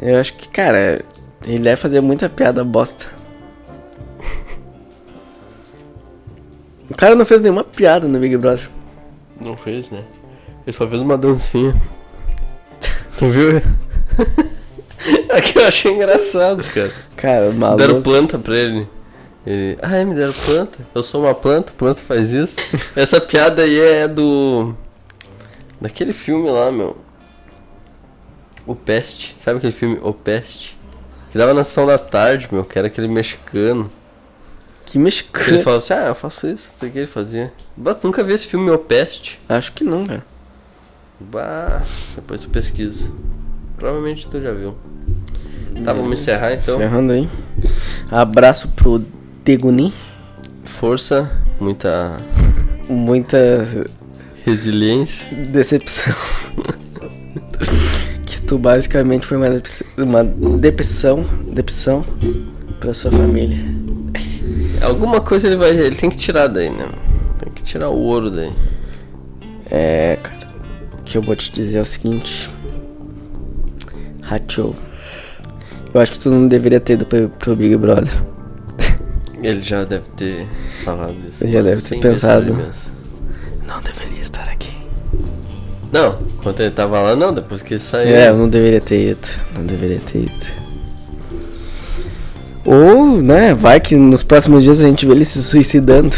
[SPEAKER 1] Eu acho que, cara, ele deve fazer muita piada bosta. *laughs* O cara não fez nenhuma piada no Big Brother.
[SPEAKER 2] Não fez, né? Ele só fez uma dancinha. Tu *laughs* viu? Aqui É eu achei engraçado, cara.
[SPEAKER 1] Cara,
[SPEAKER 2] Deram
[SPEAKER 1] maluco.
[SPEAKER 2] planta pra ele. Ele, ah, é, me deram planta? Eu sou uma planta, planta faz isso. Essa piada aí é do. Daquele filme lá, meu. O Peste. Sabe aquele filme O Peste? Que dava na sessão da tarde, meu, que era aquele mexicano.
[SPEAKER 1] Que *laughs*
[SPEAKER 2] Que ele
[SPEAKER 1] mexicano.
[SPEAKER 2] falava assim, ah, eu faço isso, não sei o que ele fazia. Bah, tu nunca vi esse filme O Peste.
[SPEAKER 1] Acho que não, cara.
[SPEAKER 2] Bah, depois tu pesquisa. Provavelmente tu já viu. Tá, vamos encerrar então.
[SPEAKER 1] Encerrando aí. Abraço pro Deguni.
[SPEAKER 2] Força, muita
[SPEAKER 1] Muita
[SPEAKER 2] resiliência.
[SPEAKER 1] decepção. *laughs* que tu basicamente foi uma, dece- uma decepção. Decepção pra sua família.
[SPEAKER 2] Alguma coisa ele vai. Ele tem que tirar daí, né? Tem que tirar o ouro daí.
[SPEAKER 1] É, cara. O que eu vou te dizer é o seguinte. Hatchou. Eu acho que tu não deveria ter ido pro, pro Big Brother.
[SPEAKER 2] Ele já deve ter falado isso.
[SPEAKER 1] Ele já
[SPEAKER 2] umas
[SPEAKER 1] deve ter
[SPEAKER 2] 100 vezes pra ele
[SPEAKER 1] pensado.
[SPEAKER 2] mesmo.
[SPEAKER 1] Não deveria estar aqui.
[SPEAKER 2] Não, quando ele tava lá, não, depois que ele saiu.
[SPEAKER 1] É, eu não deveria ter ido. Não deveria ter ido. Ou, né, vai que nos próximos dias a gente vê ele se suicidando.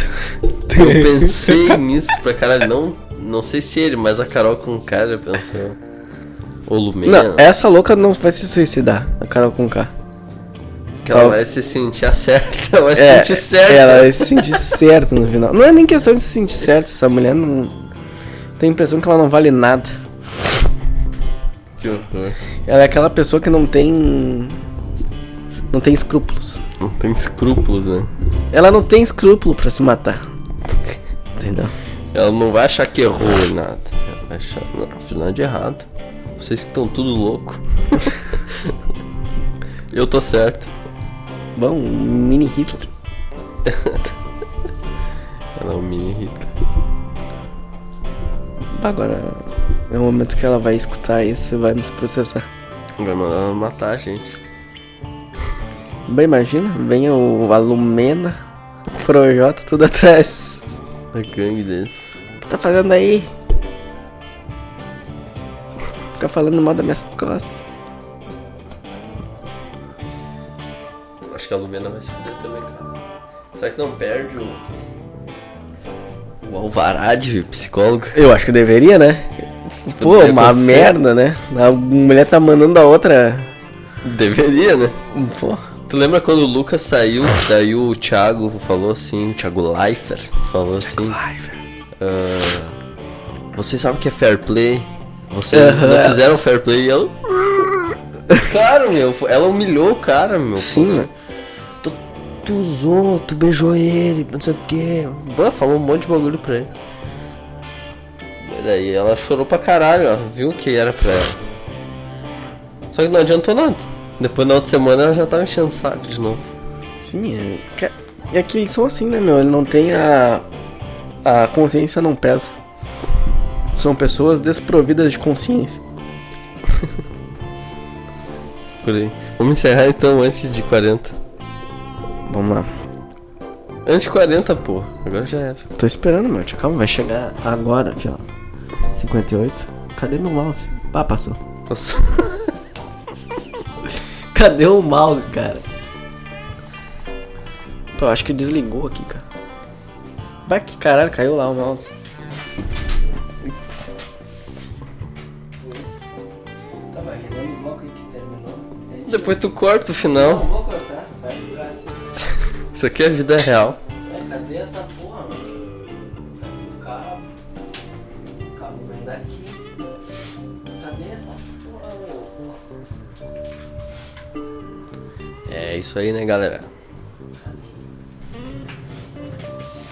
[SPEAKER 1] *laughs*
[SPEAKER 2] Eu pensei nisso pra caralho. Não, não sei se ele, mas a Carol com o cara pensou. Ou Lumena.
[SPEAKER 1] Não, é, essa louca não vai se suicidar, a Carol com K.
[SPEAKER 2] Que ela
[SPEAKER 1] Tal-
[SPEAKER 2] vai se sentir a certa, *laughs* ela vai se sentir certa.
[SPEAKER 1] É, Ela vai se sentir certa no final. Não é nem questão de se sentir certa, essa mulher não. Tem a impressão que ela não vale nada.
[SPEAKER 2] Que horror.
[SPEAKER 1] Ela é aquela pessoa que não tem. Não tem escrúpulos.
[SPEAKER 2] Não tem escrúpulos, né?
[SPEAKER 1] Ela não tem escrúpulo pra se matar. Entendeu?
[SPEAKER 2] Ela não vai achar que errou em nada. Ela vai achar, não, não fiz nada de errado. Vocês que estão tudo louco. *laughs* Eu tô certo.
[SPEAKER 1] Bom, um mini Hitler.
[SPEAKER 2] Ela é um mini Rita.
[SPEAKER 1] Agora é o momento que ela vai escutar isso e vai nos processar.
[SPEAKER 2] Vai mandar ela matar a gente.
[SPEAKER 1] Bem, imagina, vem o Alumena, Projota, tudo atrás.
[SPEAKER 2] A gangue deles.
[SPEAKER 1] O que tá fazendo aí? Fica falando mal das minhas costas.
[SPEAKER 2] Acho que a Lumena vai se fuder também, cara. Será que não perde o. O Alvará de psicólogo?
[SPEAKER 1] Eu acho que deveria, né? Pô,
[SPEAKER 2] Poderia
[SPEAKER 1] uma
[SPEAKER 2] acontecer.
[SPEAKER 1] merda, né? A mulher tá mandando a outra.
[SPEAKER 2] Deveria, né?
[SPEAKER 1] Pô.
[SPEAKER 2] Tu lembra quando o Lucas saiu, daí o Thiago falou assim, o Thiago Leifert falou assim, você sabe o que é fair play? Vocês
[SPEAKER 1] Aham.
[SPEAKER 2] não fizeram fair play e ela... Claro, meu, ela humilhou o cara, meu.
[SPEAKER 1] Sim, né?
[SPEAKER 2] Tu, tu usou, tu beijou ele, não sei o que. Falou um monte de bagulho pra ele. E daí ela chorou pra caralho, ó, viu que era pra ela. Só que não adiantou nada. Depois na outra semana ela já tava enchendo o saco de novo.
[SPEAKER 1] Sim, é. ca- É que eles são assim, né, meu? Ele não tem a. a consciência não pesa. São pessoas desprovidas de consciência.
[SPEAKER 2] Por aí. Vamos encerrar então antes de 40.
[SPEAKER 1] Vamos lá.
[SPEAKER 2] Antes de 40, pô. Agora já era.
[SPEAKER 1] Tô esperando, meu. Tio. Calma, vai chegar agora aqui, ó. 58. Cadê meu mouse? Ah, passou.
[SPEAKER 2] Passou. *laughs*
[SPEAKER 1] Cadê o mouse, cara? Pô, acho que desligou aqui, cara. Vai que caralho, caiu lá o mouse. Tava rindo logo que terminou.
[SPEAKER 2] Depois tu corta o final.
[SPEAKER 1] vou cortar, vai ficar assim.
[SPEAKER 2] Isso aqui é vida real.
[SPEAKER 1] É, cadê essa porra, mano? Cadê o cabo? O cabo vem daqui. Cadê essa porra, meu?
[SPEAKER 2] É isso aí, né, galera?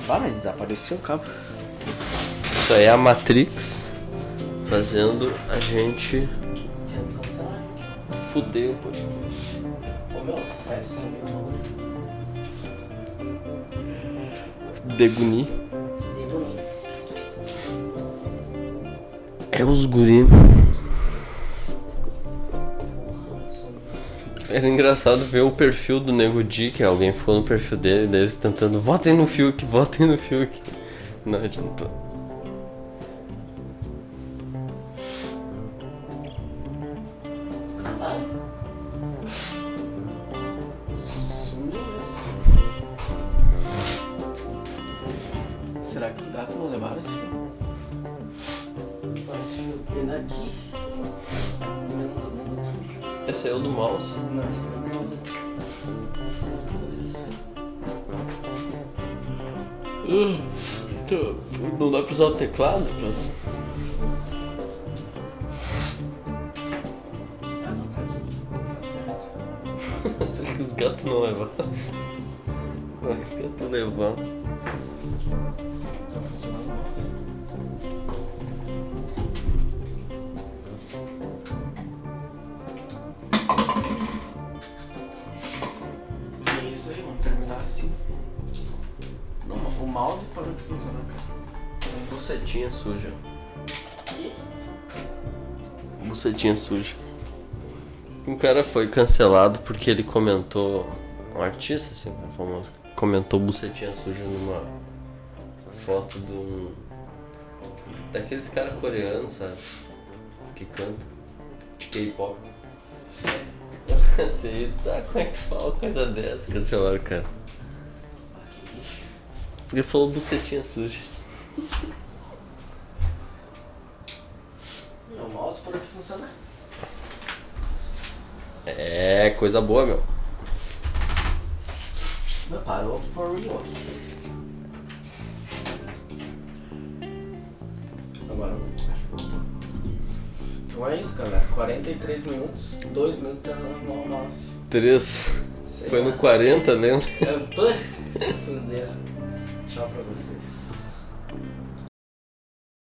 [SPEAKER 1] Para, desapareceu o cabo.
[SPEAKER 2] Isso aí é a Matrix fazendo a gente
[SPEAKER 1] Tendo cancelar a gente.
[SPEAKER 2] fuder um o podcast.
[SPEAKER 1] Ô meu, sério, sumiu o bagulho.
[SPEAKER 2] Degunir.
[SPEAKER 1] Ligou não.
[SPEAKER 2] É os guri. Era engraçado ver o perfil do Nego Di, que alguém ficou no perfil dele, deles tentando, votem no Fiuk, votem no Fiuk. Não adiantou.
[SPEAKER 1] Será que os gatos não levaram esse fio? Olha esse fio vindo aqui. Eu não tô vendo outro fio.
[SPEAKER 2] Esse é o do mouse.
[SPEAKER 1] Não, esse fio
[SPEAKER 2] Então, Não dá pra usar o teclado? Pra...
[SPEAKER 1] não. Ah, não, tá aqui. Tá certo.
[SPEAKER 2] *laughs* Será que os gatos não levaram? Será que os gatos levaram?
[SPEAKER 1] Tá funcionando mal. E é isso aí, vamos terminar assim. Não, o mouse parou de funcionar, cara.
[SPEAKER 2] Bucetinha suja. Bucetinha suja. Um cara foi cancelado porque ele comentou. Um artista, assim, né, famoso. Comentou bucetinha suja numa foto de um. Daqueles caras coreanos, sabe? Que canta. K-pop.
[SPEAKER 1] Sério.
[SPEAKER 2] Tem- sabe como é que tu fala uma coisa dessa? Cancelaram o cara.
[SPEAKER 1] Ah, que lixo.
[SPEAKER 2] Porque falou bucetinha suja.
[SPEAKER 1] Meu mouse parou de funcionar.
[SPEAKER 2] É, coisa boa, meu.
[SPEAKER 1] Não, parou for real aqui. Agora Então é isso, galera. 43 minutos, 2 minutos tá no mouse.
[SPEAKER 2] Três.
[SPEAKER 1] Sei
[SPEAKER 2] Foi
[SPEAKER 1] lá.
[SPEAKER 2] no 40, né?
[SPEAKER 1] *laughs* É, pã, se fuder. Tchau pra vocês.